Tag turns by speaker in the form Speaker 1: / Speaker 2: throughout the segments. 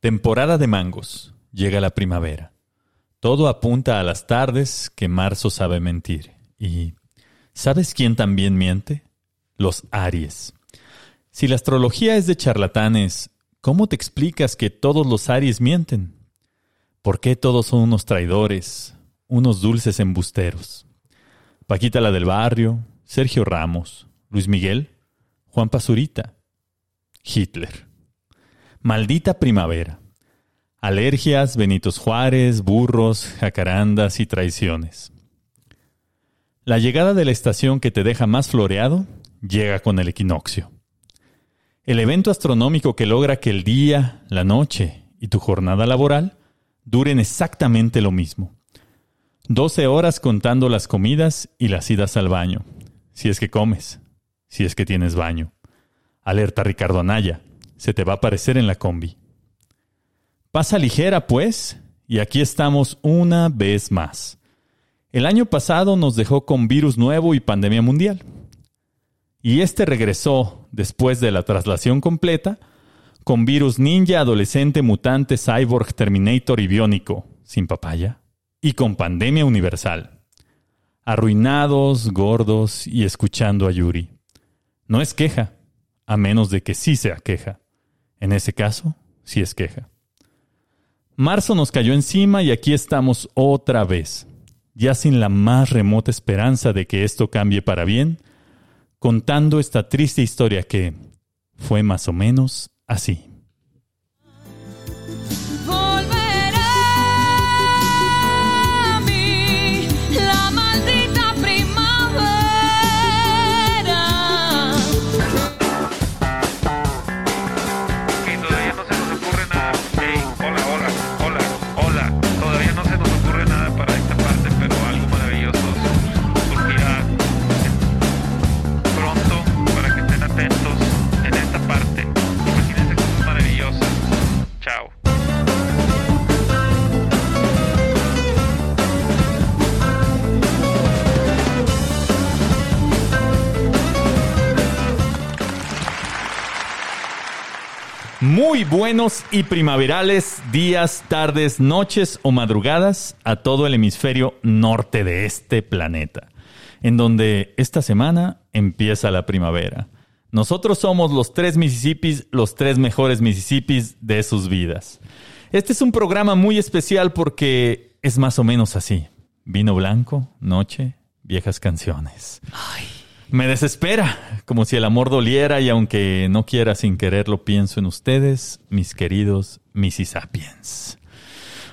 Speaker 1: Temporada de mangos. Llega la primavera. Todo apunta a las tardes que marzo sabe mentir. Y ¿sabes quién también miente? Los Aries. Si la astrología es de charlatanes, ¿cómo te explicas que todos los Aries mienten? ¿Por qué todos son unos traidores, unos dulces embusteros? Paquita la del barrio, Sergio Ramos, Luis Miguel, Juan Pazurita, Hitler. Maldita primavera. Alergias, Benitos Juárez, burros, jacarandas y traiciones. La llegada de la estación que te deja más floreado llega con el equinoccio. El evento astronómico que logra que el día, la noche y tu jornada laboral duren exactamente lo mismo. 12 horas contando las comidas y las idas al baño, si es que comes, si es que tienes baño. Alerta Ricardo Anaya, se te va a aparecer en la combi. Pasa ligera, pues, y aquí estamos una vez más. El año pasado nos dejó con virus nuevo y pandemia mundial. Y este regresó, después de la traslación completa, con virus ninja, adolescente, mutante, cyborg, terminator y biónico, sin papaya, y con pandemia universal. Arruinados, gordos y escuchando a Yuri. No es queja, a menos de que sí sea queja. En ese caso, sí es queja. Marzo nos cayó encima y aquí estamos otra vez, ya sin la más remota esperanza de que esto cambie para bien, contando esta triste historia que fue más o menos así.
Speaker 2: Volverá a mí la maldita primavera.
Speaker 3: que todavía no se nos ocurre nada. Ey, hola, hola, hola, hola. Todavía no se nos ocurre nada para esta parte, pero algo maravilloso surgirá pronto para que estén atentos en esta parte. Imagínense cosas maravillosas. Chao.
Speaker 1: Muy buenos y primaverales días, tardes, noches o madrugadas a todo el hemisferio norte de este planeta, en donde esta semana empieza la primavera. Nosotros somos los tres Mississippis, los tres mejores Mississippis de sus vidas. Este es un programa muy especial porque es más o menos así. Vino blanco, noche, viejas canciones. Me desespera, como si el amor doliera y aunque no quiera sin quererlo pienso en ustedes, mis queridos Mississippians.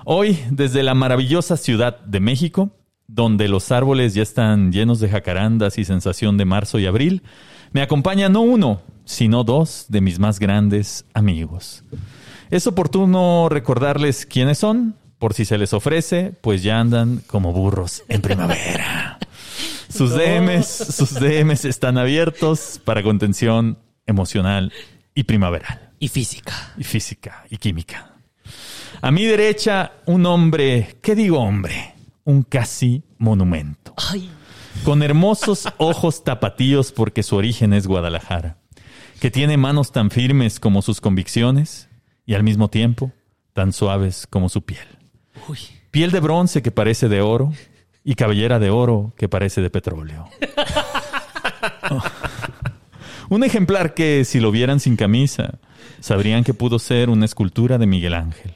Speaker 1: Hoy, desde la maravillosa Ciudad de México, donde los árboles ya están llenos de jacarandas y sensación de marzo y abril, me acompaña no uno, sino dos de mis más grandes amigos. Es oportuno recordarles quiénes son, por si se les ofrece, pues ya andan como burros en primavera. Sus DMs, sus DMs están abiertos para contención emocional y primaveral
Speaker 4: Y física.
Speaker 1: y física y química. A mi derecha, un hombre, ¿qué digo hombre? Un casi monumento.
Speaker 4: Ay,
Speaker 1: Con hermosos ojos tapatíos porque su origen es Guadalajara. Que tiene manos tan firmes como sus convicciones y al mismo tiempo tan suaves como su piel.
Speaker 4: uy.
Speaker 1: Piel de bronce que parece de oro y cabellera de oro que parece de petróleo. un ejemplar que si lo vieran sin camisa, sabrían que pudo ser una escultura de Miguel Ángel.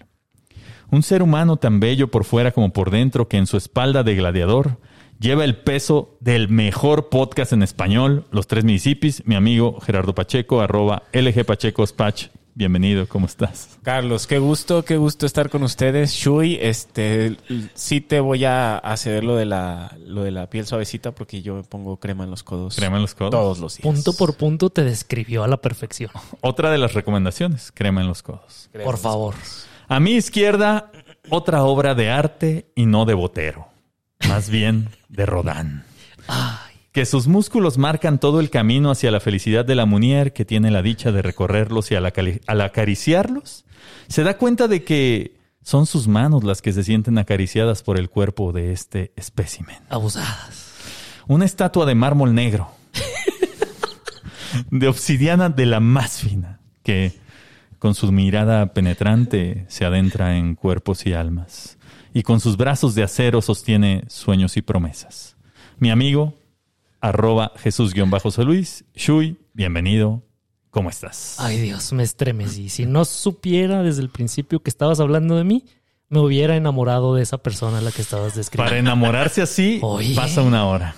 Speaker 1: Un ser humano tan bello por fuera como por dentro que en su espalda de gladiador lleva el peso del mejor podcast en español, Los Tres Municipios, mi amigo Gerardo Pacheco, arroba LG Pacheco Spach. Bienvenido, ¿cómo estás?
Speaker 5: Carlos, qué gusto, qué gusto estar con ustedes. Shui, este, l- sí te voy a a ceder lo de la, lo de la piel suavecita porque yo me pongo crema en los codos.
Speaker 1: Crema en los codos.
Speaker 5: Todos los días.
Speaker 4: Punto por punto te describió a la perfección.
Speaker 1: Otra de las recomendaciones, crema en los codos.
Speaker 5: Crema en
Speaker 4: Por
Speaker 5: los
Speaker 4: favor.
Speaker 1: A mi izquierda, otra obra de arte y no de Botero, más bien de Rodán. Que sus músculos marcan todo el camino hacia la felicidad de la Munier, que tiene la dicha de recorrerlos y al, acali- al acariciarlos, se da cuenta de que son sus manos las que se sienten acariciadas por el cuerpo de este espécimen.
Speaker 4: Abusadas.
Speaker 1: Una estatua de mármol negro. De obsidiana de la más fina. Que Con su mirada penetrante se adentra en cuerpos y almas, y con sus brazos de acero sostiene sueños y promesas. Mi amigo, arroba Jesús-Luis, Shui, bienvenido. ¿Cómo estás?
Speaker 4: Ay, Dios, me estremecí. Si no supiera desde el principio que estabas hablando de mí, me hubiera enamorado de esa persona a la que estabas
Speaker 1: Para
Speaker 4: describiendo.
Speaker 1: enamorarse así,
Speaker 4: Oye.
Speaker 1: pasa una hora.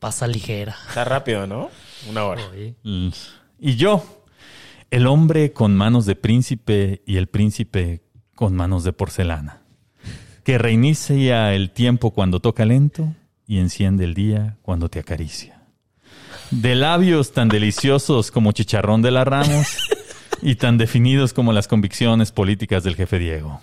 Speaker 4: Pasa ligera.
Speaker 5: Está rápido, ¿no? Una hora.
Speaker 4: Oye,
Speaker 1: Mm. Y yo, el hombre con manos de príncipe y el príncipe con manos de porcelana, que reinicia el tiempo cuando toca lento y enciende el día cuando te acaricia. De labios tan deliciosos como chicharrón de las ramos y tan definidos como las convicciones políticas del jefe Diego.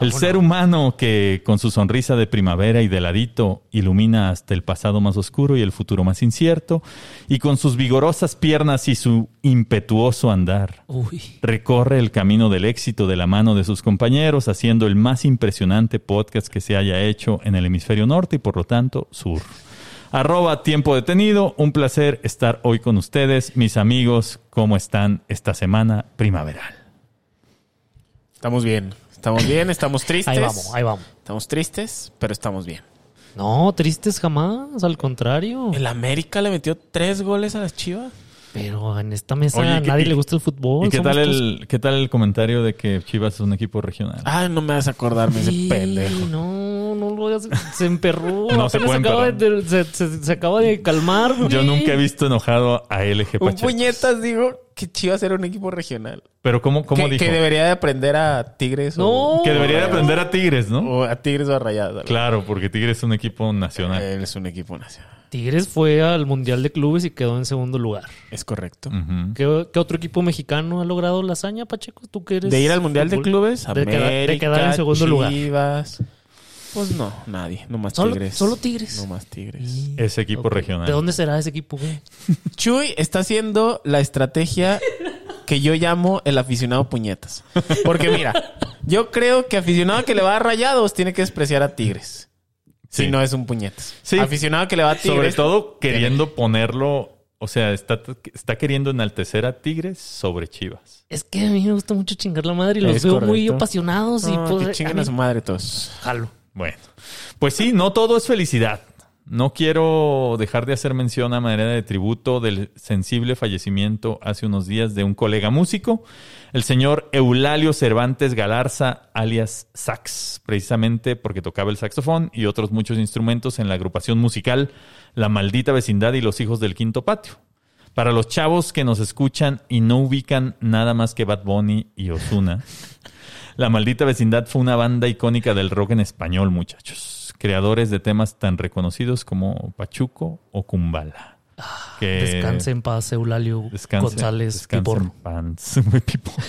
Speaker 1: El ser humano que con su sonrisa de primavera y de ladito ilumina hasta el pasado más oscuro y el futuro más incierto, y con sus vigorosas piernas y su impetuoso andar
Speaker 4: Uy,
Speaker 1: recorre el camino del éxito de la mano de sus compañeros, haciendo el más impresionante podcast que se haya hecho en el hemisferio norte y por lo tanto sur. Arroba tiempo detenido, un placer estar hoy con ustedes, mis amigos, ¿cómo están esta semana primaveral?
Speaker 5: Estamos bien. Estamos bien, estamos tristes.
Speaker 4: ahí vamos, ahí vamos.
Speaker 5: Estamos tristes, pero estamos bien.
Speaker 4: No, tristes jamás, al contrario.
Speaker 5: El América le metió tres goles a las Chivas.
Speaker 4: Pero en esta mesa
Speaker 1: Oye,
Speaker 4: a
Speaker 1: ¿qué-
Speaker 4: nadie
Speaker 1: y-
Speaker 4: le gusta el fútbol.
Speaker 1: ¿Y qué
Speaker 4: somos
Speaker 1: tal,
Speaker 4: todos-
Speaker 1: el, qué tal el comentario de que Chivas es un equipo regional?
Speaker 5: Ah, no me vas a acordarme ese
Speaker 4: Sí,
Speaker 5: pendejo.
Speaker 4: No, no lo hagas. Se emperró.
Speaker 1: No se
Speaker 4: Apenas
Speaker 1: puede
Speaker 4: acaba
Speaker 1: emperrar.
Speaker 4: de, se, se- se acaba de calmar, güey.
Speaker 1: Yo nunca he visto enojado a LG
Speaker 5: Un
Speaker 1: Pacheco.
Speaker 5: puñetas digo que Chivas era un equipo regional.
Speaker 1: Pero ¿cómo, cómo
Speaker 5: que,
Speaker 1: dijo?
Speaker 5: que debería Oh. de aprender a Tigres
Speaker 4: No.
Speaker 5: o,
Speaker 1: Que debería de aprender a Tigres, ¿no?
Speaker 5: o a Tigres o a Rayadas.
Speaker 1: Claro, porque Tigres es un equipo nacional.
Speaker 5: Él es un equipo nacional.
Speaker 4: Tigres fue al Mundial de Clubes y quedó en segundo lugar.
Speaker 5: Es correcto.
Speaker 1: Ujú.
Speaker 4: ¿Qué, qué otro equipo mexicano ha logrado la hazaña, Pacheco? ¿Tú que eres
Speaker 5: De ir al Mundial de
Speaker 4: fútbol-
Speaker 5: Clubes,
Speaker 4: de
Speaker 5: América,
Speaker 4: quedar- de quedar en segundo lugar.
Speaker 5: Chivas. Pues no, nadie. No más
Speaker 4: Solo-
Speaker 5: Tigres.
Speaker 4: solo Tigres.
Speaker 5: No más Tigres.
Speaker 4: Y-
Speaker 1: Ese equipo
Speaker 4: Ok.
Speaker 1: regional.
Speaker 4: ¿De dónde será ese equipo? güey?
Speaker 5: Chuy está haciendo la estrategia que yo llamo el aficionado puñetas. Porque mira, yo creo que aficionado que le va a rayados tiene que despreciar a Tigres.
Speaker 1: Sí.
Speaker 5: Si no es un puñetas.
Speaker 1: Sí.
Speaker 5: Aficionado que le va a Tigres.
Speaker 1: Sobre todo queriendo ponerlo, o sea, está, está queriendo enaltecer a Tigres sobre Chivas.
Speaker 4: Es que a mí me gusta mucho chingar la madre y los
Speaker 5: Es
Speaker 4: veo muy
Speaker 5: correcto.
Speaker 4: apasionados y
Speaker 5: No,
Speaker 4: pues,
Speaker 5: que chinguen
Speaker 4: a
Speaker 5: a
Speaker 4: mí-
Speaker 5: su madre todos.
Speaker 4: jalo.
Speaker 1: Bueno, pues sí, no todo es felicidad. No quiero dejar de hacer mención a manera de tributo del sensible fallecimiento hace unos días de un colega músico, el señor Eulalio Cervantes Galarza, alias Sax, precisamente porque tocaba el saxofón y otros muchos instrumentos en la agrupación musical La Maldita Vecindad y Los Hijos del Quinto Patio. Para los chavos que nos escuchan y no ubican nada más que Bad Bunny y Osuna. La Maldita Vecindad fue una banda icónica del rock en español, muchachos. Creadores de temas tan reconocidos como Pachuco o Kumbala. Que...
Speaker 4: Descanse en paz, Eulalio
Speaker 1: Descanse,
Speaker 4: González
Speaker 1: descanse
Speaker 4: Piporro.
Speaker 1: en pants, muy piporro.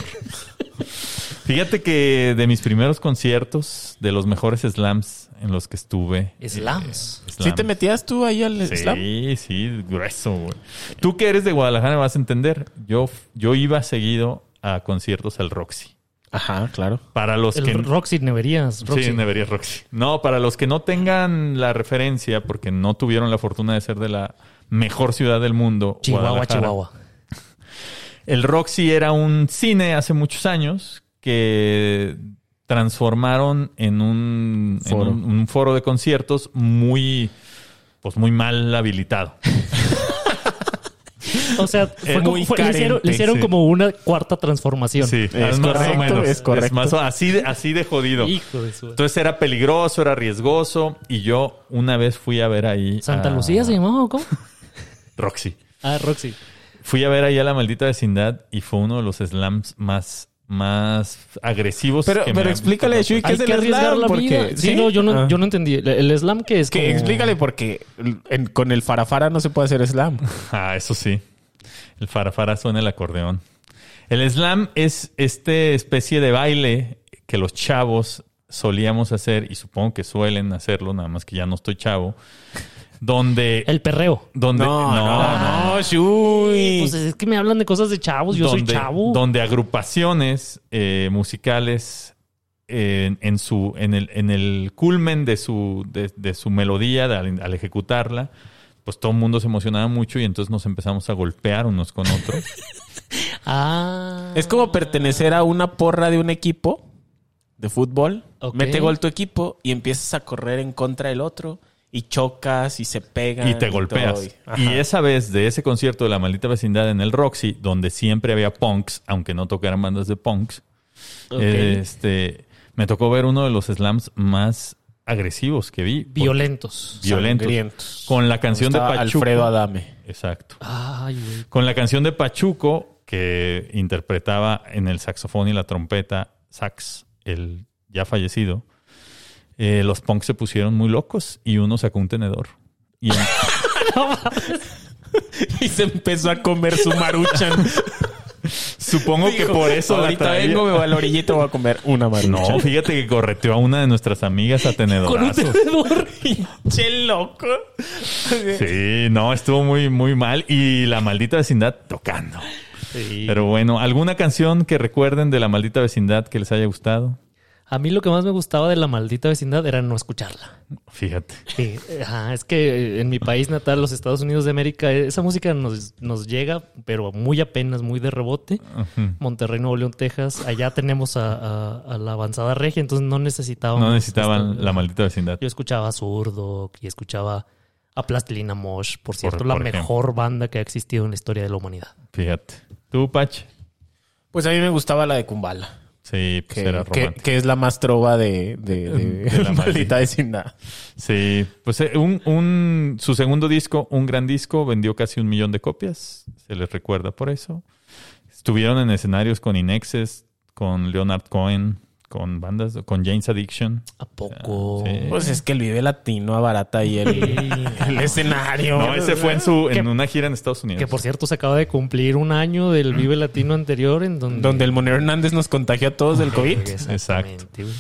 Speaker 1: Fíjate que de mis primeros conciertos, de los mejores slams en los que estuve.
Speaker 4: Slams.
Speaker 1: eh,
Speaker 5: ¿Sí te metías tú ahí al
Speaker 1: Sí,
Speaker 5: slam?
Speaker 1: sí, grueso, güey. Tú que eres de Guadalajara me vas a entender. Yo, yo iba seguido a conciertos al Roxy.
Speaker 5: Ajá, claro.
Speaker 1: Para los
Speaker 4: El
Speaker 1: que
Speaker 4: Roxy Neverías. Roxy.
Speaker 1: Sí, debería Roxy. No, para los que no tengan la referencia, porque no tuvieron la fortuna de ser de la mejor ciudad del mundo,
Speaker 4: Chihuahua,
Speaker 1: Guadalajara,
Speaker 4: Chihuahua.
Speaker 1: El Roxy era un cine hace muchos años que transformaron en un en
Speaker 5: Foro.
Speaker 1: un- un foro de conciertos muy, pues muy mal habilitado.
Speaker 4: O sea, fue
Speaker 1: Es
Speaker 4: como-
Speaker 1: muy
Speaker 4: fue- le hicieron, le
Speaker 1: carente,
Speaker 4: hicieron
Speaker 1: sí.
Speaker 4: como una cuarta transformación.
Speaker 1: Sí, más
Speaker 5: Es correcto,
Speaker 1: o menos.
Speaker 5: es correcto.
Speaker 1: más o- así, de, así de jodido.
Speaker 4: Hijo de su...
Speaker 1: Entonces era peligroso, era riesgoso. Y yo una vez fui a ver ahí.
Speaker 4: ¿Santa
Speaker 1: a
Speaker 4: Lucía se llamaba o cómo?
Speaker 1: Roxy.
Speaker 4: Ah, Roxy.
Speaker 1: Fui a ver ahí a la maldita vecindad y fue uno de los slams más, más agresivos.
Speaker 5: Pero,
Speaker 1: que me
Speaker 5: pero
Speaker 1: han
Speaker 5: explícale,
Speaker 1: visto.
Speaker 5: Chuy, ¿qué
Speaker 4: Hay
Speaker 5: es
Speaker 4: que
Speaker 5: el
Speaker 4: arriesgar
Speaker 5: slam?
Speaker 4: la vida.
Speaker 5: Porque,
Speaker 4: Sí, no, yo no,
Speaker 5: Ah.
Speaker 4: yo no entendí. El- El slam que es
Speaker 5: Que
Speaker 4: como...
Speaker 5: explícale porque en- con el farafara no se puede hacer slam.
Speaker 1: Ah, eso sí. El farafara suena el acordeón. El slam es esta especie de baile que los chavos solíamos hacer y supongo que suelen hacerlo, nada más que ya no estoy chavo. Donde.
Speaker 4: El perreo.
Speaker 1: donde
Speaker 5: no, Chuy.
Speaker 4: Pues es que me hablan de cosas de chavos. Yo soy
Speaker 1: donde-
Speaker 4: chavo.
Speaker 1: Donde agrupaciones eh, musicales eh, en, en su, en, el, en el culmen de su, de, de su melodía de- al, al ejecutarla pues todo el mundo se emocionaba mucho y entonces nos empezamos a golpear unos con otros.
Speaker 4: Ah.
Speaker 5: Es como pertenecer a una porra de un equipo de fútbol.
Speaker 4: Ok.
Speaker 5: Mete gol tu equipo y empiezas a correr en contra del otro. Y chocas y se pegan.
Speaker 1: y te
Speaker 5: todo,
Speaker 1: golpeas.
Speaker 5: y- ajá.
Speaker 1: Y esa vez de ese concierto de la maldita vecindad en el Roxy, donde siempre había punks, aunque no tocaran bandas de punks,
Speaker 4: Ok.
Speaker 1: este, me tocó ver uno de los slams más agresivos que vi. Porque-
Speaker 4: Violentos.
Speaker 1: violentos.
Speaker 5: Sangrientos.
Speaker 1: Con la canción de
Speaker 5: Estaba
Speaker 1: Pachuco.
Speaker 5: Alfredo Adame.
Speaker 1: Exacto.
Speaker 4: Ay, güey.
Speaker 1: Con la canción de Pachuco, que interpretaba en el saxofón y la trompeta sax, el ya fallecido, eh, los punks se pusieron muy locos y uno sacó un tenedor. Y en-
Speaker 5: Y se empezó a comer su maruchan.
Speaker 1: supongo que
Speaker 5: Dijo,
Speaker 1: por eso la
Speaker 5: Ahorita
Speaker 1: traía".
Speaker 5: vengo, me voy a la orillita y voy a comer una maruchan.
Speaker 1: No, fíjate que correteó a una de nuestras amigas a
Speaker 4: Con un
Speaker 1: tenedorazos.
Speaker 4: tenedor.
Speaker 5: Che loco.
Speaker 1: Sí, no, estuvo muy, muy mal. Y la maldita vecindad tocando. Pero bueno, ¿alguna canción que recuerden de la maldita vecindad que les haya gustado?
Speaker 4: A mí lo que más me gustaba de la maldita vecindad era no escucharla.
Speaker 1: Fíjate.
Speaker 4: Sí, ajá, es que eh, en mi país natal, los Estados Unidos de América, eh, esa música nos, nos llega, pero muy apenas, muy de rebote.
Speaker 1: Ujú.
Speaker 4: Monterrey, Nuevo León, Texas, allá tenemos a, a- a la avanzada regia, entonces no necesitábamos.
Speaker 1: No necesitaban
Speaker 4: esta-
Speaker 1: la maldita vecindad.
Speaker 4: Yo escuchaba a Zurdo y escuchaba a Plastilina Mosh, por cierto,
Speaker 1: por
Speaker 4: la
Speaker 1: ejemplo.
Speaker 4: mejor banda que ha existido en la historia de la humanidad.
Speaker 1: Fíjate. ¿Tú, Pach?
Speaker 5: Pues a mí me gustaba la de Kumbala.
Speaker 1: Sí, pues
Speaker 5: Que,
Speaker 1: era
Speaker 5: que-
Speaker 1: romántico.
Speaker 5: que es la más trova de, de, de-
Speaker 1: De la
Speaker 5: maldita vecindad.
Speaker 1: Sí, pues eh, un, un- su segundo disco, un gran disco, vendió casi un millón de copias. Se les recuerda por eso. Estuvieron en escenarios con Inexes, con Leonard Cohen, con bandas, con James Addiction.
Speaker 4: ¿A poco?
Speaker 1: Sí.
Speaker 5: Pues es que el vive latino abarata ahí el, el escenario.
Speaker 1: No, ese fue en su
Speaker 4: Que-
Speaker 1: en una gira en Estados Unidos.
Speaker 4: Que por cierto se acaba de cumplir un año del Vive Latino anterior en donde...
Speaker 5: Donde el Monero Hernández nos contagió a todos del COVID.
Speaker 4: Exactamente, güey.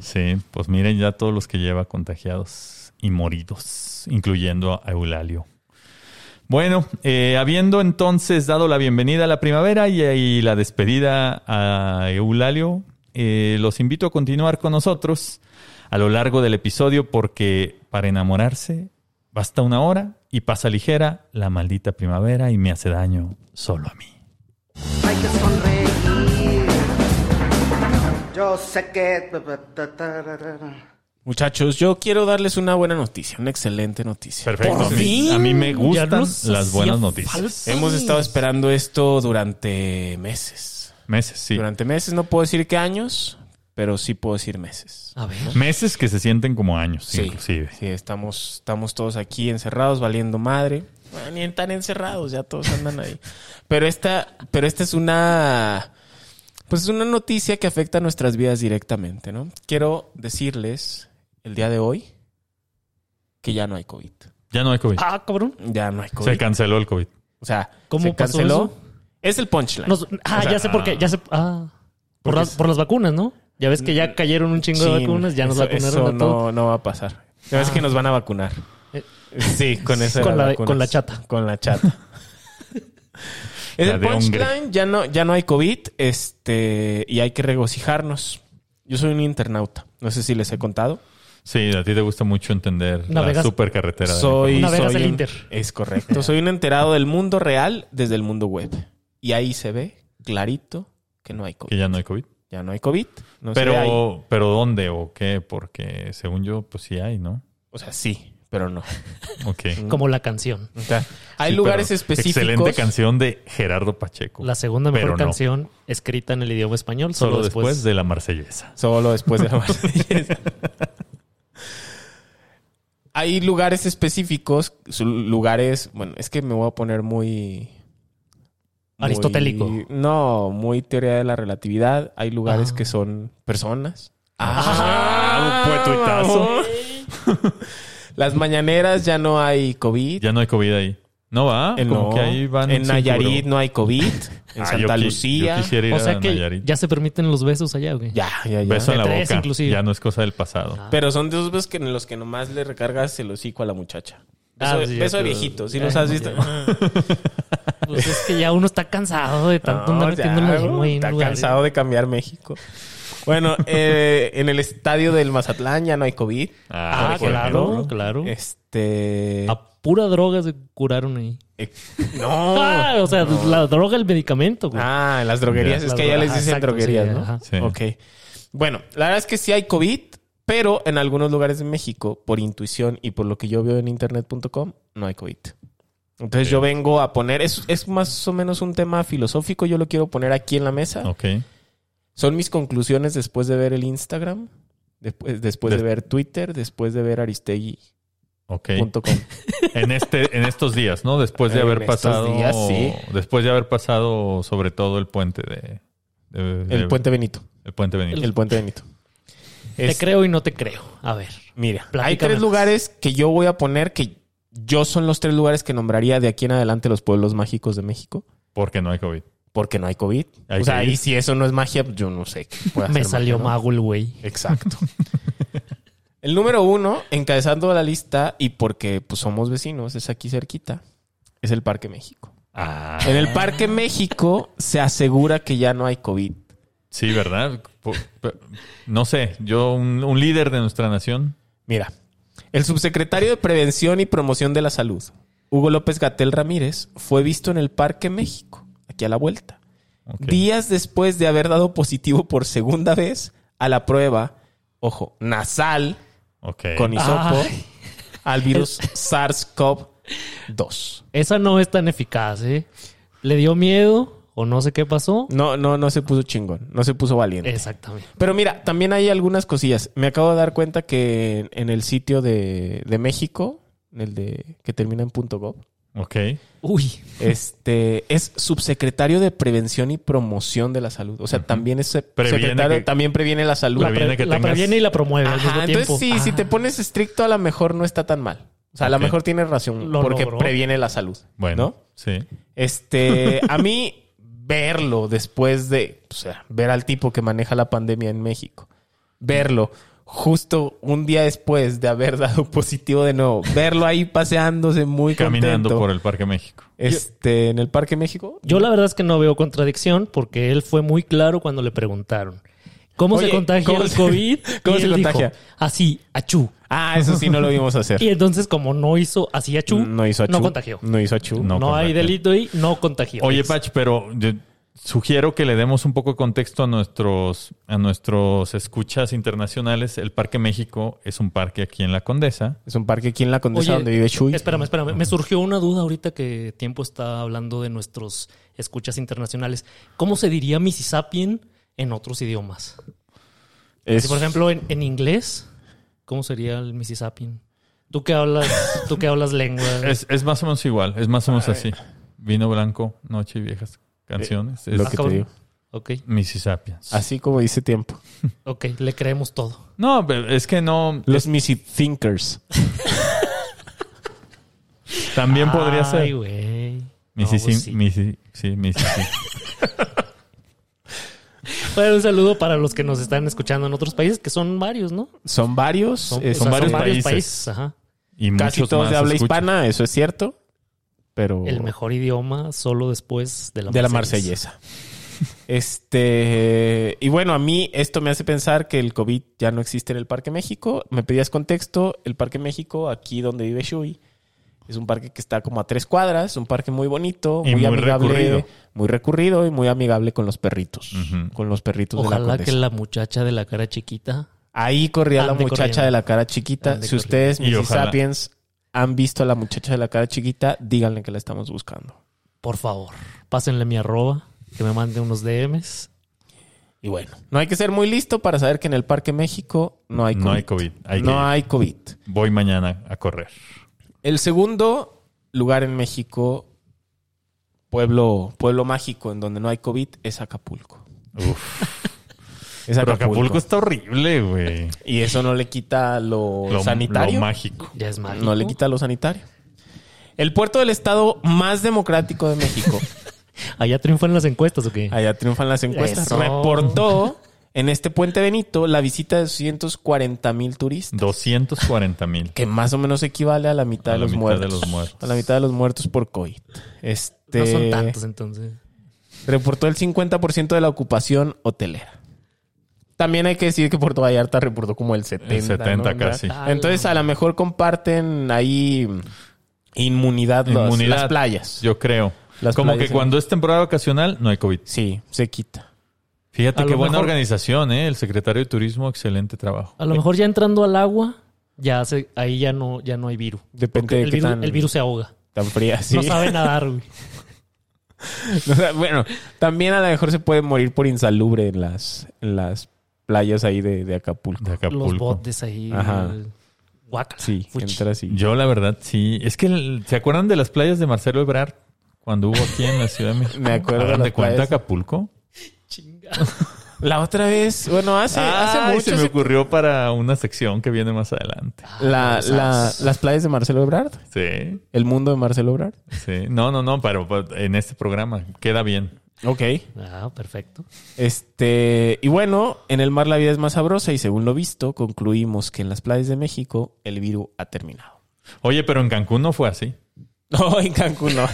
Speaker 1: Sí, pues miren ya todos los que lleva contagiados y moridos, incluyendo a Eulalio. Bueno, eh, habiendo entonces dado la bienvenida a la primavera y, y la despedida a Eulalio, eh, los invito a continuar con nosotros a lo largo del episodio porque para enamorarse basta una hora y pasa ligera la maldita primavera y me hace daño solo a mí.
Speaker 6: Hay que sonreír. Yo sé que.
Speaker 5: Muchachos, yo quiero darles una buena noticia, una excelente noticia.
Speaker 1: Perfecto. A
Speaker 5: Por
Speaker 1: mí,
Speaker 5: fin.
Speaker 1: a mí me gustan
Speaker 4: Ya nos
Speaker 1: las buenas
Speaker 4: hacía
Speaker 1: noticias.
Speaker 4: falta.
Speaker 5: Hemos estado esperando esto durante meses.
Speaker 1: Meses, sí.
Speaker 5: Durante meses, no puedo decir qué años, pero sí puedo decir meses.
Speaker 4: A ver.
Speaker 1: Meses que se sienten como años,
Speaker 5: Sí,
Speaker 1: inclusive.
Speaker 5: Sí, estamos, estamos todos aquí encerrados, valiendo madre. Bueno, ni tan encerrados, ya todos andan ahí. Pero esta, pero esta es una. Pues es una noticia que afecta a nuestras vidas directamente, ¿no? Quiero decirles el día de hoy que ya no hay COVID.
Speaker 1: Ya no hay COVID.
Speaker 4: Ah, cabrón.
Speaker 5: Ya no hay COVID.
Speaker 1: se canceló el COVID.
Speaker 5: o sea,
Speaker 4: ¿Cómo
Speaker 5: se
Speaker 4: pasó
Speaker 5: canceló.
Speaker 4: eso?
Speaker 5: Es el punchline.
Speaker 4: Nos- ah,
Speaker 5: O sea,
Speaker 4: ya sé por qué. Ya sé. Ah. Por,
Speaker 5: Porque
Speaker 4: las, por las vacunas, ¿no? Ya ves que ya cayeron un chingo de
Speaker 5: Chin,
Speaker 4: vacunas, ya nos
Speaker 5: eso-
Speaker 4: vacunaron
Speaker 5: Eso
Speaker 4: a todos.
Speaker 5: no,
Speaker 4: Ah.
Speaker 5: no va a pasar. Ya ves que nos van a vacunar.
Speaker 4: Eh,
Speaker 5: Sí, con esa de
Speaker 4: Con
Speaker 5: las
Speaker 4: la de-
Speaker 5: vacunas.
Speaker 4: con la chata.
Speaker 5: Con la chata. es
Speaker 1: La
Speaker 5: el
Speaker 1: de hongre.
Speaker 5: punchline, ya no, ya no hay COVID, este, y hay que regocijarnos. Yo soy un internauta, no sé si les he contado.
Speaker 1: Sí, a ti te gusta mucho entender la
Speaker 4: Navegas-
Speaker 1: supercarretera. de
Speaker 5: soy,
Speaker 1: la información.
Speaker 4: Navegas
Speaker 5: soy
Speaker 4: el
Speaker 5: un-
Speaker 4: Inter.
Speaker 5: Es correcto. soy un enterado del mundo real desde el mundo web. Y ahí se ve clarito que no hay
Speaker 1: que
Speaker 5: COVID.
Speaker 1: ya no hay COVID.
Speaker 5: Ya no hay COVID. no se ve ahí.
Speaker 1: pero, pero ¿dónde o qué? Porque según yo, pues sí hay, ¿no?
Speaker 5: o sea, sí, pero no.
Speaker 1: Ok.
Speaker 4: Como la canción.
Speaker 5: O sea, hay
Speaker 1: Sí,
Speaker 5: lugares
Speaker 1: pero
Speaker 5: específicos.
Speaker 1: Excelente canción de Gerardo Pacheco.
Speaker 4: La segunda mejor
Speaker 1: Pero no.
Speaker 4: canción escrita en el idioma español,
Speaker 1: Solo,
Speaker 4: solo,
Speaker 1: después,
Speaker 4: después.
Speaker 1: de la marsellesa.
Speaker 5: Solo después de la Marsellesa. Hay lugares específicos, su- lugares, bueno, es que me voy a poner muy... muy-
Speaker 4: Aristotélico.
Speaker 5: no, muy teoría de la relatividad. Hay lugares
Speaker 4: Ah.
Speaker 5: que son personas.
Speaker 1: Ah, puetuitazo.
Speaker 5: mamón. Las mañaneras ya no hay COVID.
Speaker 1: Ya no hay COVID ahí. No va.
Speaker 5: En,
Speaker 1: Como
Speaker 5: Eh, no.
Speaker 1: que ahí van
Speaker 5: En
Speaker 1: sin
Speaker 5: Nayarit
Speaker 1: puro.
Speaker 5: no hay COVID. En
Speaker 1: Ah, yo
Speaker 5: Santa
Speaker 1: qui-
Speaker 5: Lucía.
Speaker 1: Yo quisiera ir
Speaker 4: o sea
Speaker 1: a
Speaker 4: que
Speaker 1: Nayarit.
Speaker 4: ya se permiten los besos allá, güey.
Speaker 5: Ya, ya, ya.
Speaker 1: Beso en la
Speaker 4: De tres,
Speaker 1: boca.
Speaker 4: inclusive.
Speaker 1: Ya no es cosa del pasado.
Speaker 4: Ah.
Speaker 5: Pero son de esos besos que en los que nomás le recargas el hocico a la muchacha. Beso,
Speaker 4: Ah, sí,
Speaker 5: beso de
Speaker 4: pero-
Speaker 5: viejito, si
Speaker 4: Ay,
Speaker 5: los has
Speaker 4: no,
Speaker 5: visto.
Speaker 4: ya. pues es que ya uno está cansado de tanto andar
Speaker 5: No,
Speaker 4: metiendo
Speaker 5: ya,
Speaker 4: lo mismo
Speaker 5: güey,
Speaker 4: ahí en
Speaker 5: Está
Speaker 4: lugares.
Speaker 5: cansado de cambiar México. Bueno, eh, en el estadio del Mazatlán ya no hay COVID.
Speaker 4: Ah,
Speaker 5: por
Speaker 4: claro,
Speaker 5: ejemplo.
Speaker 4: claro.
Speaker 5: Este.
Speaker 4: A pura droga se curaron ahí.
Speaker 5: eh, no.
Speaker 4: Ah, o sea, la droga, el medicamento, güey.
Speaker 5: Ah, en las droguerías.
Speaker 4: Ya.
Speaker 5: Es
Speaker 4: Las
Speaker 5: que ya
Speaker 4: dro-
Speaker 5: les
Speaker 4: ajá,
Speaker 5: dicen
Speaker 4: exacto,
Speaker 5: droguerías,
Speaker 4: sí,
Speaker 5: ¿no?
Speaker 4: ajá.
Speaker 1: Ah, Sí.
Speaker 5: Ah. Ok. Bueno, la verdad es que sí hay COVID, pero en algunos lugares de México, por intuición y por lo que yo veo en internet.com, no hay COVID. Entonces yo vengo a poner, es, es más o menos un tema filosófico, yo lo quiero poner aquí en la mesa.
Speaker 1: Ok.
Speaker 5: Son mis conclusiones después de ver el Instagram, después, después de
Speaker 1: Des-
Speaker 5: ver Twitter, después de ver aristegui.com.
Speaker 1: Ok. En, este, en estos días, ¿no? Después de
Speaker 5: En
Speaker 1: haber
Speaker 5: estos
Speaker 1: pasado.
Speaker 5: días, sí.
Speaker 1: Después de haber pasado, sobre todo, el puente de. de- de-
Speaker 5: El Puente Benito.
Speaker 1: El puente Benito.
Speaker 5: El Puente Benito.
Speaker 4: Te
Speaker 5: Es-
Speaker 4: creo y no te creo. A ver.
Speaker 5: Mira, hay
Speaker 4: Platícame
Speaker 5: tres
Speaker 4: más.
Speaker 5: lugares que yo voy a poner que yo son los tres lugares que nombraría de aquí en adelante los pueblos mágicos de México.
Speaker 1: Porque no hay COVID.
Speaker 5: Porque no hay COVID.
Speaker 1: Hay
Speaker 5: o sea,
Speaker 1: que ir.
Speaker 5: y si eso no es magia, pues yo no sé. qué puede
Speaker 4: Me
Speaker 5: hacer
Speaker 4: salió
Speaker 5: magia, ¿no?
Speaker 4: mago el güey.
Speaker 5: Exacto. El número uno, encabezando la lista y porque pues, somos vecinos, es aquí cerquita, es el Parque México.
Speaker 1: Ah.
Speaker 5: En el Parque México se asegura que ya no hay COVID.
Speaker 1: Sí, ¿verdad? Po- pe- No sé, yo, un, un líder de nuestra nación.
Speaker 5: Mira, el subsecretario de Prevención y Promoción de la Salud, Hugo López Gatel Ramírez, fue visto en el Parque México, aquí a la vuelta,
Speaker 1: Ok.
Speaker 5: días después de haber dado positivo por segunda vez a la prueba, ojo, nasal
Speaker 1: Ok.
Speaker 5: con hisopo
Speaker 4: Ay.
Speaker 5: al virus SARS-CoV-2.
Speaker 4: Esa no es tan eficaz, ¿eh? Le dio miedo o no sé qué pasó.
Speaker 5: No, no, no se puso chingón, no se puso valiente.
Speaker 4: Exactamente.
Speaker 5: Pero mira, también hay algunas cosillas. Me acabo de dar cuenta que en el sitio de, de México, en el de que termina en punto .gov,
Speaker 1: Ok.
Speaker 4: Uy.
Speaker 5: Este es subsecretario de Prevención y Promoción de la Salud. O sea, también es se-
Speaker 1: Previene
Speaker 5: secretario,
Speaker 1: que-
Speaker 5: también previene la salud.
Speaker 4: La,
Speaker 1: Previene
Speaker 4: pre-
Speaker 1: que
Speaker 4: la
Speaker 1: tengas-
Speaker 4: previene y la promueve al mismo
Speaker 5: Ajá,
Speaker 4: tiempo.
Speaker 5: entonces sí,
Speaker 4: Ah,
Speaker 5: si te pones estricto, a lo mejor no está tan mal. O sea, a lo
Speaker 1: Ok.
Speaker 5: mejor tienes razón
Speaker 4: Lo
Speaker 5: porque
Speaker 4: logró.
Speaker 5: previene la salud.
Speaker 1: Bueno.
Speaker 5: Bueno.
Speaker 1: Sí.
Speaker 5: Este, a mí verlo después de, o sea, ver al tipo que maneja la pandemia en México, verlo justo un día después de haber dado positivo de nuevo, verlo ahí paseándose muy
Speaker 1: Caminando
Speaker 5: contento,
Speaker 1: por el Parque México.
Speaker 5: este, en el Parque México.
Speaker 4: Yo la verdad es que no veo contradicción porque él fue muy claro cuando le preguntaron. ¿Cómo
Speaker 5: Oye,
Speaker 4: se contagia
Speaker 5: ¿cómo
Speaker 4: el
Speaker 5: se-
Speaker 4: COVID?
Speaker 5: cómo
Speaker 4: Y
Speaker 5: se
Speaker 4: él dijo,
Speaker 5: contagia?
Speaker 4: así, achú.
Speaker 5: Ah, eso sí no lo vimos hacer.
Speaker 4: Y entonces como no hizo así achú,
Speaker 5: No hizo a
Speaker 4: no
Speaker 5: Chu.
Speaker 4: contagió.
Speaker 5: No hizo a Chu.
Speaker 1: No
Speaker 4: No, hay
Speaker 1: contagió.
Speaker 4: delito ahí, no contagió.
Speaker 1: Oye, Pach, pero yo sugiero que le demos un poco de contexto a nuestros, a nuestros escuchas internacionales. El Parque México es un parque aquí en la Condesa.
Speaker 5: Es un parque aquí en la Condesa
Speaker 4: Oye,
Speaker 5: donde vive Chuy.
Speaker 4: Espérame, espérame. Me surgió una duda ahorita que Tiempo está hablando de nuestros escuchas internacionales. ¿Cómo se diría Mississippi en otros idiomas?
Speaker 5: Es-
Speaker 4: Si, por ejemplo, en, en inglés, ¿cómo sería el Mississippi? Tú que hablas, tú que hablas lengua.
Speaker 1: Es, es más o menos igual, es más o menos así. Vino blanco, noche y viejas canciones. Es
Speaker 5: Eh, lo que te
Speaker 4: cabrón.
Speaker 5: digo.
Speaker 4: Ok,
Speaker 1: Mississippians.
Speaker 5: Así como dice tiempo.
Speaker 4: ok, le creemos todo.
Speaker 1: No, pero es que no.
Speaker 5: Los Missy Thinkers.
Speaker 1: También podría ser.
Speaker 4: Ay, güey. No,
Speaker 1: Missi-
Speaker 4: pues sí.
Speaker 1: Missi- sí, Missi- sí.
Speaker 4: Bueno, un saludo para los que nos están escuchando en otros países, que son varios, ¿no?
Speaker 5: Eh, Son varios.
Speaker 4: o
Speaker 5: es-
Speaker 1: son
Speaker 4: sea,
Speaker 1: varios países.
Speaker 4: Ajá.
Speaker 1: Y
Speaker 5: Casi
Speaker 1: muchos
Speaker 5: todos
Speaker 1: más
Speaker 5: de habla
Speaker 1: escuchas.
Speaker 5: hispana, eso es cierto. Pero
Speaker 4: El mejor idioma solo después de la
Speaker 5: Oh. de la
Speaker 4: Marsellesa.
Speaker 5: marsellesa. Este, y bueno, a mí esto me hace pensar que el COVID ya no existe en el Parque México. Me pedías contexto, el Parque México, aquí donde vive Shui, es un parque que está como a tres cuadras, un parque muy bonito,
Speaker 1: Y
Speaker 5: muy,
Speaker 1: muy
Speaker 5: amigable,
Speaker 1: recurrido.
Speaker 5: muy recurrido y muy amigable con los perritos,
Speaker 1: Ujú.
Speaker 5: con los perritos de la
Speaker 4: Ojalá
Speaker 5: Condesa.
Speaker 4: que la muchacha de la cara chiquita.
Speaker 5: Ahí corría la
Speaker 4: Ande
Speaker 5: muchacha
Speaker 4: corriendo.
Speaker 5: de la cara chiquita.
Speaker 4: Ande
Speaker 5: si ustedes,
Speaker 1: corriendo. Y
Speaker 5: mis
Speaker 1: ojalá.
Speaker 5: sapiens, han visto a la muchacha de la cara chiquita, díganle que la estamos buscando.
Speaker 4: Por favor, pásenle mi arroba, que me mande unos DMs.
Speaker 5: Y bueno, no hay que ser muy listo para saber que en el Parque México no hay COVID.
Speaker 1: No hay COVID. Hay que
Speaker 5: no
Speaker 1: ir.
Speaker 5: hay COVID.
Speaker 1: Voy mañana a correr.
Speaker 5: El segundo lugar en México, pueblo, pueblo mágico en donde no hay COVID, es Acapulco.
Speaker 1: Uf.
Speaker 5: Es
Speaker 1: Pero
Speaker 5: Acapulco.
Speaker 1: Acapulco está horrible, güey.
Speaker 5: Y eso no le quita lo,
Speaker 1: Lo,
Speaker 5: sanitario.
Speaker 1: lo mágico.
Speaker 4: Ya es mágico.
Speaker 5: no le quita lo sanitario. El puerto del estado más democrático de México.
Speaker 4: Allá triunfan las encuestas o qué?
Speaker 5: Allá triunfan las encuestas.
Speaker 4: Eso.
Speaker 5: Reportó En este puente Benito, la visita de 240 mil turistas,
Speaker 1: 240 mil.
Speaker 5: que más o menos equivale a la
Speaker 1: A
Speaker 5: mitad, de,
Speaker 1: la
Speaker 5: los
Speaker 1: mitad de
Speaker 5: muertos,
Speaker 1: los muertos.
Speaker 5: A la mitad de los muertos por COVID. Este,
Speaker 4: No son tantos entonces.
Speaker 5: Reportó el 50% de la ocupación hotelera. También hay que decir que Puerto Vallarta reportó como el 70.
Speaker 1: El 70
Speaker 5: ¿no?
Speaker 1: casi.
Speaker 5: Entonces, a lo mejor comparten ahí inmunidad, las-
Speaker 1: Inmunidad.
Speaker 5: las playas.
Speaker 1: Yo creo.
Speaker 5: Las
Speaker 1: Como
Speaker 5: playas
Speaker 1: que
Speaker 5: en-
Speaker 1: cuando es temporada vacacional no hay COVID.
Speaker 5: Sí, se quita.
Speaker 1: Fíjate
Speaker 4: A
Speaker 1: qué
Speaker 4: lo
Speaker 1: buena
Speaker 4: mejor-
Speaker 1: organización, ¿eh? El secretario de Turismo, excelente trabajo.
Speaker 4: A lo mejor ya entrando al agua, ya se, ahí ya no, ya no hay virus.
Speaker 5: Depende
Speaker 4: Porque
Speaker 5: de
Speaker 4: el,
Speaker 5: qué
Speaker 4: virus,
Speaker 5: tan-
Speaker 4: el virus se ahoga.
Speaker 5: Tan fría, sí.
Speaker 4: No sabe nadar, güey.
Speaker 5: O sea, bueno, también a lo mejor se puede morir por insalubre en las, en las playas ahí de, de Acapulco.
Speaker 1: De
Speaker 4: Los
Speaker 1: Acapulco.
Speaker 4: botes ahí.
Speaker 5: Ajá.
Speaker 4: el- Guácala.
Speaker 5: Sí,
Speaker 4: Fuchi.
Speaker 5: entra así.
Speaker 1: Yo, la verdad, sí. Es que, el- ¿se acuerdan de las playas de Marcelo Ebrard? Cuando hubo aquí en la Ciudad de México.
Speaker 5: Me acuerdo de
Speaker 1: Hagan
Speaker 5: las
Speaker 1: de cuenta
Speaker 5: playas.
Speaker 1: Acapulco?
Speaker 5: La otra vez, bueno, hace, hace
Speaker 1: Ah, Ay,
Speaker 5: mucho.
Speaker 1: se me
Speaker 5: se-
Speaker 1: ocurrió para una sección que viene más adelante.
Speaker 5: la- la- las playas de Marcelo Ebrard.
Speaker 1: Sí,
Speaker 5: El mundo de Marcelo Ebrard.
Speaker 1: sí. No, no, no, pero pues, en este programa queda bien.
Speaker 5: Ok.
Speaker 4: Ah, perfecto.
Speaker 5: Este, y bueno, en el mar la vida es más sabrosa y según lo visto, concluimos que en las playas de México el virus ha terminado.
Speaker 1: Oye, pero en Cancún no fue así.
Speaker 5: No, en Cancún no.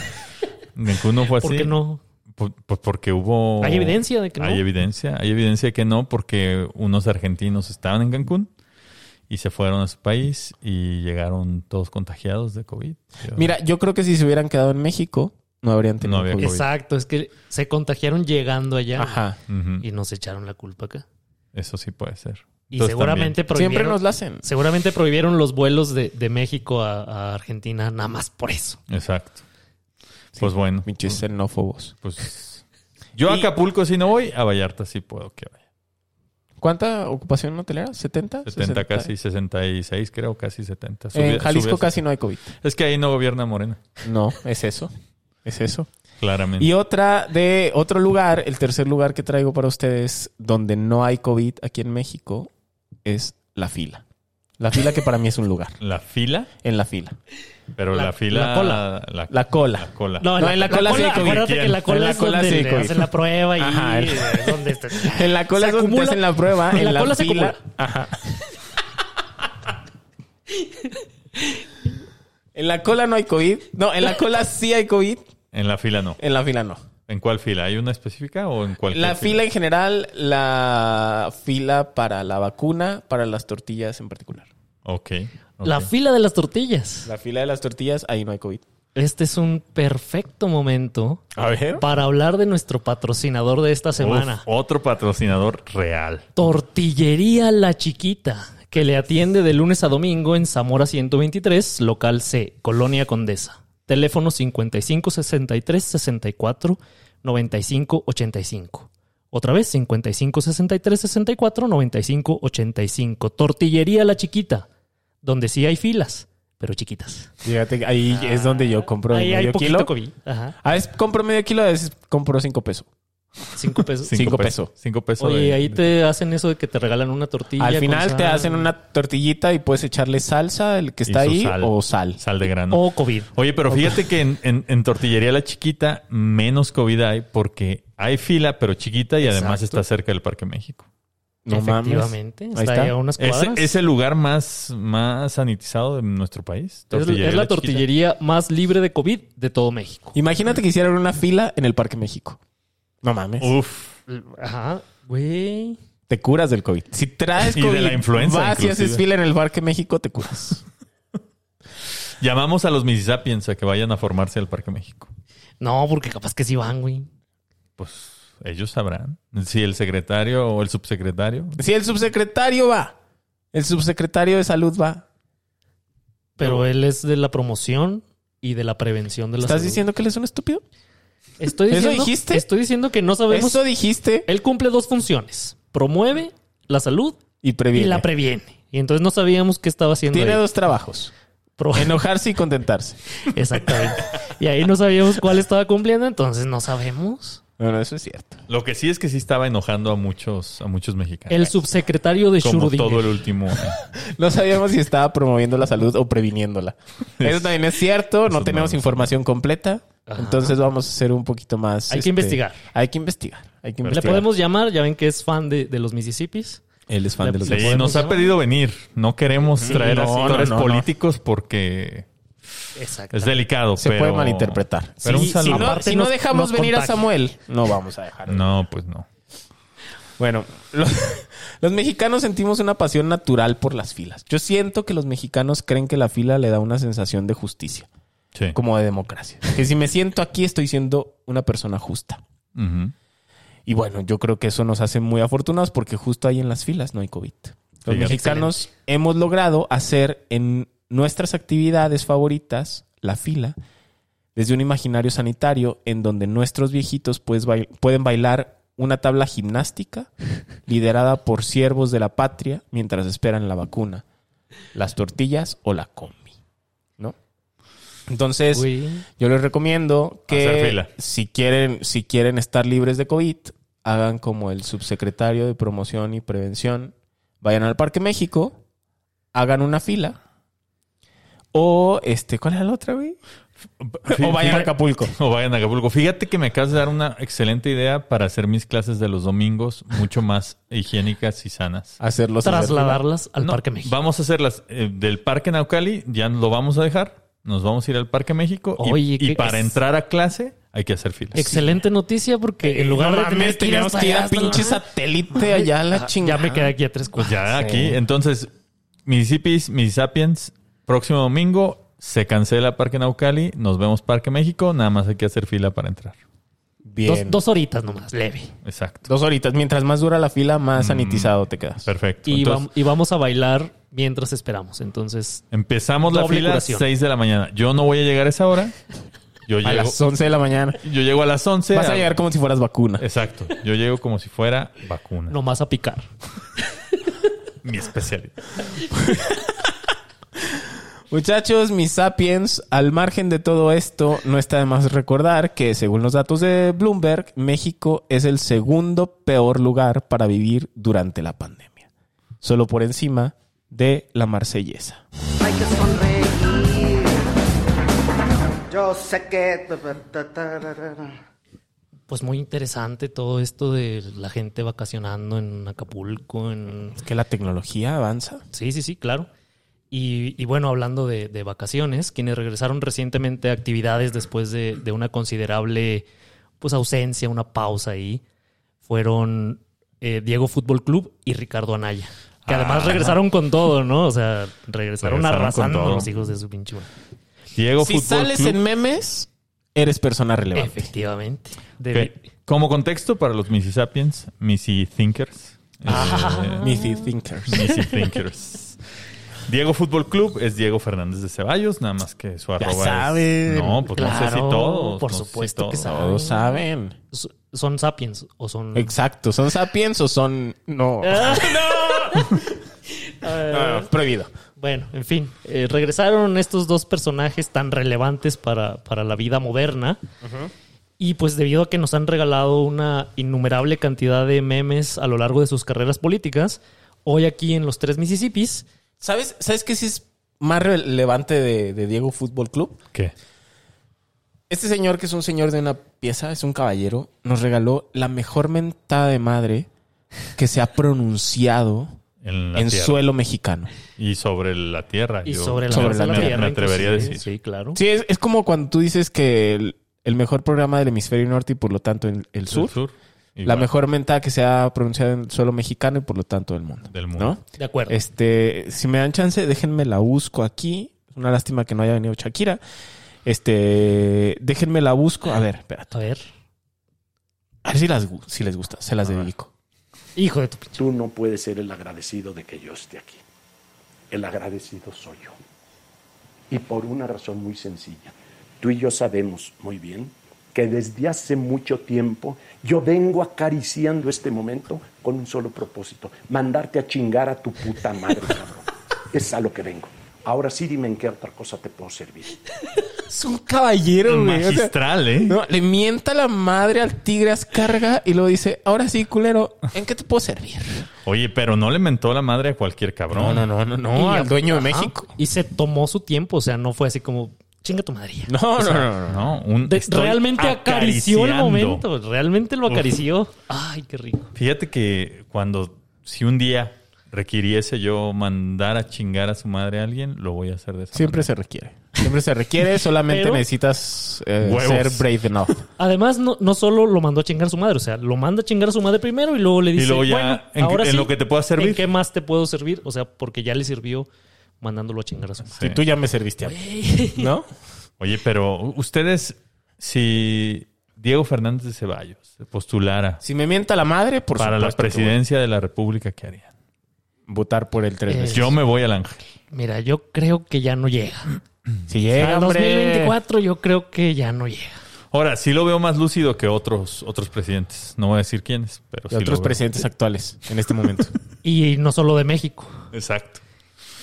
Speaker 1: En Cancún no fue así.
Speaker 4: ¿Por qué no?
Speaker 1: Por- Pues porque hubo...
Speaker 4: Hay evidencia de que no.
Speaker 1: Hay evidencia, hay evidencia de que no, porque unos argentinos estaban en Cancún y se fueron a su país y llegaron todos contagiados de COVID.
Speaker 5: Mira, yo creo que si se hubieran quedado en México, no habrían tenido
Speaker 1: No había
Speaker 5: COVID.
Speaker 1: COVID.
Speaker 4: Exacto, es que se contagiaron llegando allá
Speaker 5: Ajá.
Speaker 1: Ujú,
Speaker 4: y nos echaron la culpa acá.
Speaker 1: Eso sí puede ser.
Speaker 4: Y
Speaker 1: Entonces,
Speaker 4: seguramente
Speaker 5: Siempre
Speaker 4: prohibieron,
Speaker 5: nos la hacen.
Speaker 4: seguramente prohibieron los vuelos de, de México a, a Argentina nada más por eso.
Speaker 1: también. Exacto. Pues bueno.
Speaker 5: Pinches xenófobos.
Speaker 1: Pues yo a
Speaker 5: Y-
Speaker 1: Acapulco sí no voy, a Vallarta sí puedo que vaya.
Speaker 5: ¿Cuánta ocupación hotelera? ¿70?
Speaker 1: 70 casi, 66 creo, casi 70. Subí-
Speaker 5: En Jalisco
Speaker 1: subí-
Speaker 5: casi no hay COVID.
Speaker 1: Es que ahí no gobierna Morena,
Speaker 5: No, es eso. Es eso.
Speaker 1: claramente.
Speaker 5: Y otra de otro lugar, el tercer lugar que traigo para ustedes donde no hay COVID aquí en México es la fila. La fila que para mí es un lugar.
Speaker 1: La fila,
Speaker 5: En la fila.
Speaker 1: pero la,
Speaker 4: La-
Speaker 1: fila...
Speaker 4: la cola.
Speaker 1: La,
Speaker 5: La cola.
Speaker 1: la cola.
Speaker 5: No, en la cola sí hay COVID.
Speaker 4: Acuérdate que en la cola
Speaker 5: En la
Speaker 4: es
Speaker 5: cola sí
Speaker 4: donde
Speaker 5: hay
Speaker 4: le
Speaker 5: COVID.
Speaker 4: hacen la prueba y
Speaker 5: Ajá.
Speaker 4: es donde está-
Speaker 5: En la cola
Speaker 4: Se
Speaker 5: es donde te
Speaker 4: acumula.
Speaker 5: hacen la prueba. En la, cola
Speaker 4: se
Speaker 5: fila.
Speaker 4: acumula.
Speaker 5: Ajá. En la cola no hay COVID. No, en la cola sí hay COVID.
Speaker 1: En la fila no.
Speaker 5: En la fila no.
Speaker 1: ¿En cuál fila? ¿Hay una específica o en cualquier
Speaker 5: La fila en general, la fila para la vacuna, para las tortillas en particular.
Speaker 1: Ok. ok.
Speaker 4: La fila de las tortillas.
Speaker 5: La fila de las tortillas, ahí no hay COVID.
Speaker 4: Este es un perfecto momento
Speaker 5: A ver.
Speaker 4: para hablar de nuestro patrocinador de esta semana.
Speaker 1: Uf, otro patrocinador real.
Speaker 4: Tortillería La Chiquita, que le atiende de lunes a domingo en Zamora 123, local C, Colonia Condesa. Teléfono 55 63 64 95 85. Otra vez 55 63 64 95 85. Tortillería La Chiquita, donde sí hay filas, pero chiquitas.
Speaker 5: Fíjate, que ahí es donde yo compro
Speaker 4: Ah. Ahí hay
Speaker 5: medio
Speaker 4: poquito
Speaker 5: kilo.
Speaker 4: COVID. Ajá,
Speaker 5: A veces compro medio kilo, a veces compro cinco pesos.
Speaker 4: cinco pesos.
Speaker 5: Cinco pesos.
Speaker 1: Cinco pesos.
Speaker 4: Oye,
Speaker 1: de-
Speaker 4: ahí te hacen eso de que te regalan una tortilla.
Speaker 5: Al
Speaker 4: con
Speaker 5: final te
Speaker 4: sal.
Speaker 5: hacen una tortillita y puedes echarle salsa, el
Speaker 1: y
Speaker 5: que está
Speaker 1: su
Speaker 5: ahí,
Speaker 1: sal.
Speaker 5: o sal.
Speaker 1: Sal de grano.
Speaker 4: O COVID.
Speaker 1: Oye, pero fíjate que en, en- en Tortillería La Chiquita menos COVID hay porque hay fila, pero chiquita y además
Speaker 5: Exacto.
Speaker 1: está cerca del Parque México.
Speaker 5: No mames.
Speaker 4: Efectivamente.
Speaker 5: Ahí
Speaker 4: Está,
Speaker 5: está.
Speaker 4: ahí a unas
Speaker 1: Es,
Speaker 4: cuadras.
Speaker 1: es el lugar más, más sanitizado de nuestro país.
Speaker 4: Es, es la
Speaker 1: Chiquita.
Speaker 4: tortillería más libre de COVID de todo México.
Speaker 5: Imagínate que hicieran una fila en el Parque México. No mames.
Speaker 1: Uh. Uf.
Speaker 4: Ajá, güey.
Speaker 5: Te curas del COVID. Si traes
Speaker 1: Y de
Speaker 5: COVID,
Speaker 1: la influenza,
Speaker 5: vas y
Speaker 1: inclusive.
Speaker 5: haces fila en el Parque México, te curas.
Speaker 1: Llamamos a los Mississippians a que vayan a formarse al Parque México.
Speaker 4: No, porque capaz que sí van, güey.
Speaker 1: Pues ellos sabrán. Si el secretario o el subsecretario.
Speaker 5: Si el subsecretario va, el subsecretario de salud va.
Speaker 4: Pero él es de la promoción y de la prevención de la
Speaker 5: ¿Estás
Speaker 4: salud.
Speaker 5: diciendo que él es un estúpido?
Speaker 4: Estoy
Speaker 5: ¿Eso
Speaker 4: diciendo,
Speaker 5: dijiste?
Speaker 4: Estoy diciendo que no sabemos.
Speaker 5: Eso dijiste
Speaker 4: Él cumple dos funciones. Promueve la salud
Speaker 5: y previene.
Speaker 4: y la previene. Y entonces no sabíamos qué estaba haciendo.
Speaker 5: Tiene
Speaker 4: ahí.
Speaker 5: dos trabajos.
Speaker 4: Pro-
Speaker 5: Enojarse y contentarse.
Speaker 4: Exactamente. y ahí no sabíamos cuál estaba cumpliendo, entonces no sabemos.
Speaker 5: Bueno, eso es cierto.
Speaker 1: Lo que sí es que sí estaba enojando a muchos, a muchos mexicanos.
Speaker 4: El subsecretario de
Speaker 1: como
Speaker 4: Schrödinger.
Speaker 1: todo el último. año.
Speaker 5: No sabíamos si estaba promoviendo la salud o previniéndola. Eso también es cierto.
Speaker 1: Eso
Speaker 5: No
Speaker 1: no
Speaker 5: tenemos
Speaker 1: lo sé.
Speaker 5: información completa.
Speaker 4: Ajá.
Speaker 5: Entonces vamos a ser un poquito más. este,
Speaker 4: Hay que investigar.
Speaker 5: Hay que investigar. Hay que
Speaker 4: Le
Speaker 5: investigar.
Speaker 4: podemos llamar, ya ven que es fan de, de los Mississippis.
Speaker 5: Él es fan
Speaker 4: Le-
Speaker 5: de los
Speaker 4: le-
Speaker 5: Mets.
Speaker 1: Sí, nos ha
Speaker 4: llamar?
Speaker 1: pedido venir. No queremos traer
Speaker 5: no,
Speaker 1: a actores
Speaker 5: no, no, no.
Speaker 1: políticos porque
Speaker 4: Exacto.
Speaker 1: es delicado.
Speaker 5: Se
Speaker 1: pero-
Speaker 5: puede malinterpretar.
Speaker 1: Pero
Speaker 5: Sí,
Speaker 1: un saludo.
Speaker 5: si no,
Speaker 4: Aparte
Speaker 5: si no
Speaker 4: nos-
Speaker 5: dejamos
Speaker 4: nos
Speaker 5: venir
Speaker 4: contagia.
Speaker 5: a Samuel, no vamos a dejar.
Speaker 1: No, pues no.
Speaker 5: Bueno, los, los mexicanos sentimos una pasión natural por las filas. Yo siento que los mexicanos creen que la fila le da una sensación de justicia,
Speaker 1: Sí.
Speaker 5: como de democracia. Que si me siento aquí estoy siendo una persona justa.
Speaker 1: Ujú.
Speaker 5: Y bueno, yo creo que eso nos hace muy afortunados porque justo ahí en las filas no hay COVID. Los
Speaker 1: Sí,
Speaker 5: mexicanos hemos logrado hacer en nuestras actividades favoritas la fila desde un imaginario sanitario en donde nuestros viejitos pues, bail- pueden bailar una tabla gimnástica liderada por siervos de la patria mientras esperan la vacuna, las tortillas o la combi, ¿no? Entonces,
Speaker 4: Uy.
Speaker 5: yo les recomiendo
Speaker 1: Hacer
Speaker 5: que
Speaker 1: fila.
Speaker 5: si quieren, si quieren estar libres de COVID, hagan como el subsecretario de Promoción y Prevención. Vayan al Parque México, hagan una fila. O este, ¿cuál es la otra, güey? O vayan a Acapulco.
Speaker 1: O vayan a Acapulco. Fíjate que me acabas de dar una excelente idea para hacer mis clases de los domingos mucho más higiénicas y sanas.
Speaker 5: Hacerlos hacer
Speaker 4: Trasladarlas al
Speaker 1: No,
Speaker 4: Parque México.
Speaker 1: Vamos a hacerlas eh, del Parque Naucali, ya lo vamos a dejar. Nos vamos a ir al Parque México. y-
Speaker 4: Oye,
Speaker 1: y,
Speaker 4: ¿qué
Speaker 1: para
Speaker 4: es?
Speaker 1: entrar a clase hay que hacer filas.
Speaker 4: Excelente noticia porque en lugar
Speaker 5: No
Speaker 4: de
Speaker 5: mames,
Speaker 4: tener que ir
Speaker 5: teníamos
Speaker 4: hasta
Speaker 5: que ir
Speaker 4: allá,
Speaker 5: a
Speaker 4: hasta la-
Speaker 5: pinche satélite allá a la
Speaker 4: ya
Speaker 5: chingada.
Speaker 4: me quedé aquí a tres
Speaker 1: Pues
Speaker 4: cuadras.
Speaker 1: ya aquí. Entonces, Mississippis, Mississippians, próximo domingo se cancela Parque Naucali. Nos vemos Parque México. Nada más hay que hacer fila para entrar.
Speaker 5: Bien.
Speaker 4: Dos, dos horitas nomás, leve.
Speaker 1: Exacto.
Speaker 5: Dos horitas. Mientras más dura la fila, más
Speaker 4: Mm.
Speaker 5: sanitizado te quedas.
Speaker 1: Perfecto.
Speaker 4: Y,
Speaker 1: Entonces,
Speaker 4: vam- y vamos a bailar mientras esperamos. Entonces,
Speaker 1: empezamos la
Speaker 4: doble
Speaker 1: fila a las
Speaker 4: curación.
Speaker 1: 6 de la mañana. Yo no voy a llegar a esa hora. Yo,
Speaker 5: A
Speaker 1: llego,
Speaker 5: las 11 de la mañana.
Speaker 1: yo llego a las 11.
Speaker 5: Vas a
Speaker 1: Ah,
Speaker 5: llegar como si fueras vacuna.
Speaker 1: Exacto. Yo llego como si fuera vacuna.
Speaker 4: nomás a picar.
Speaker 1: Mi especialidad.
Speaker 5: Muchachos, mis sapiens, al margen de todo esto, no está de más recordar que, según los datos de Bloomberg, México es el segundo peor lugar para vivir durante la pandemia. Solo por encima de la marsellesa.
Speaker 6: Hay que sonreír. Yo sé que.
Speaker 4: Pues muy interesante todo esto de la gente vacacionando en Acapulco, en
Speaker 5: Es que la tecnología avanza.
Speaker 4: Sí, sí, sí, claro. Y, y bueno, hablando de, de vacaciones, quienes regresaron recientemente a actividades después de, de una considerable pues, ausencia, una pausa ahí, fueron eh, Diego Fútbol Club y Ricardo Anaya. Que además regresaron con todo, ¿no? O sea, regresaron,
Speaker 1: Ah. Regresaron con
Speaker 4: arrasando
Speaker 1: todo.
Speaker 4: los hijos de su pinche madre.
Speaker 1: Diego
Speaker 5: Si
Speaker 1: Fútbol
Speaker 5: sales
Speaker 1: Club.
Speaker 5: en memes, eres persona relevante.
Speaker 4: Efectivamente. De-
Speaker 1: Ok. Como contexto para los Mississippians, Missy Thinkers.
Speaker 5: Ah,
Speaker 1: eh,
Speaker 5: Mythy thinkers.
Speaker 1: Missy Thinkers. Diego Fútbol Club es Diego Fernández de Ceballos, nada más que su arroba es-
Speaker 5: saben.
Speaker 1: No, pues no sé si
Speaker 4: Claro,
Speaker 1: todos.
Speaker 4: por
Speaker 1: no sé si
Speaker 4: supuesto que
Speaker 1: todos.
Speaker 4: saben.
Speaker 5: Todos saben.
Speaker 4: s- ¿Son sapiens o son...? Ah.
Speaker 5: Exacto. ¿Son sapiens o son...? No.
Speaker 1: Eh.
Speaker 5: No, prohibido.
Speaker 4: Bueno, en fin, eh, regresaron estos dos personajes tan relevantes para, para la vida moderna. Y pues debido a que nos han regalado una innumerable cantidad de memes a lo largo de sus carreras políticas, hoy aquí en los tres Mississippis,
Speaker 5: ¿Sabes, ¿Sabes qué sí es más relevante de, de Diego Fútbol Club?
Speaker 1: ¿Qué?
Speaker 5: Este señor, que es un señor de una pieza, es un caballero, nos regaló la mejor mentada de madre que se ha pronunciado
Speaker 1: En la
Speaker 5: en
Speaker 1: tierra.
Speaker 5: suelo mexicano.
Speaker 1: Y sobre la tierra.
Speaker 4: y
Speaker 1: yo-
Speaker 4: sobre la,
Speaker 5: sobre
Speaker 4: faz
Speaker 5: la
Speaker 4: de la
Speaker 1: me-
Speaker 4: Tierra,
Speaker 1: Me atrevería a
Speaker 4: inclusive.
Speaker 1: decir.
Speaker 4: Sí, claro.
Speaker 5: Sí, es, es como cuando tú dices que el, el mejor programa del hemisferio norte y por lo tanto el, el
Speaker 1: Del
Speaker 5: sur, la
Speaker 1: igual,
Speaker 5: mejor mentada que se ha pronunciado en suelo mexicano y por lo tanto del mundo.
Speaker 1: Del mundo.
Speaker 5: ¿no?
Speaker 4: De acuerdo.
Speaker 5: Este, si me dan chance, déjenme la busco aquí. Es Una lástima que no haya venido Shakira. Este, déjenme la busco. A ver, espérate.
Speaker 4: A ver.
Speaker 5: A ver si, las, gu- si les gusta. Se las dedico.
Speaker 4: Hijo de tu pinche.
Speaker 7: Tú no puedes ser el agradecido de que yo esté aquí. El agradecido soy yo. Y por una razón muy sencilla. Tú y yo sabemos muy bien que desde hace mucho tiempo yo vengo acariciando este momento con un solo propósito, mandarte a chingar a tu puta madre, cabrón. Es a lo que vengo. Ahora sí dime en qué otra cosa te puedo servir.
Speaker 5: Es un caballero, güey. O sea,
Speaker 1: Magistral, ¿eh?
Speaker 5: no, le mienta la madre al tigre carga y luego dice, ahora sí, culero, ¿en qué te puedo servir?
Speaker 1: Oye, pero no le mentó la madre a cualquier cabrón.
Speaker 5: no, no, no, no.
Speaker 4: Y-
Speaker 5: al dueño de
Speaker 4: ajá.
Speaker 5: México.
Speaker 4: Y se tomó su tiempo, o sea, no fue así como... chinga tu madre. ya.
Speaker 5: No, no, no, no, no.
Speaker 1: ¿no? Un-
Speaker 4: De-
Speaker 1: estoy
Speaker 4: realmente acarició el
Speaker 1: acariciando.
Speaker 4: momento. Realmente lo acarició. Ay, qué rico.
Speaker 1: Fíjate que cuando, si un día requiriese yo mandar a chingar a su madre a alguien, lo voy a hacer de esa
Speaker 5: Siempre se requiere. Siempre se requiere, solamente
Speaker 4: Pero-
Speaker 5: necesitas eh,
Speaker 1: Huevos.
Speaker 5: ser brave enough.
Speaker 4: Además, no, no solo lo mandó a chingar a su madre, o sea, lo manda a chingar a su madre primero y luego le dice,
Speaker 1: luego ya,
Speaker 4: bueno,
Speaker 1: en-
Speaker 4: ahora
Speaker 1: en
Speaker 4: sí,
Speaker 1: lo que te pueda servir".
Speaker 4: ¿En qué más te puedo servir? O sea, porque ya le sirvió mandándolo a chingar a su madre.
Speaker 1: Sí.
Speaker 5: Y tú ya me serviste a mí. ¿No?
Speaker 1: Oye, pero ustedes, si Diego Fernández de Ceballos se postulara
Speaker 5: Si me mienta la madre, por
Speaker 1: para la
Speaker 5: supuesto que
Speaker 1: presidencia de la República, ¿qué harían?
Speaker 5: voy a Votar por el tres
Speaker 4: Eh,
Speaker 5: veces.
Speaker 1: Yo me voy al ángel.
Speaker 4: Mira, yo creo que ya no llega.
Speaker 5: Si
Speaker 1: Eh,
Speaker 5: llega,
Speaker 4: Al
Speaker 5: eh, hombre.
Speaker 4: 2024 yo creo que ya no llega.
Speaker 1: Ahora, sí lo veo más lúcido que otros, otros presidentes. No voy a decir quiénes, pero
Speaker 5: Y
Speaker 1: sí
Speaker 5: otros
Speaker 1: lo veo.
Speaker 5: presidentes actuales en este momento.
Speaker 4: Y no solo de México.
Speaker 1: Exacto.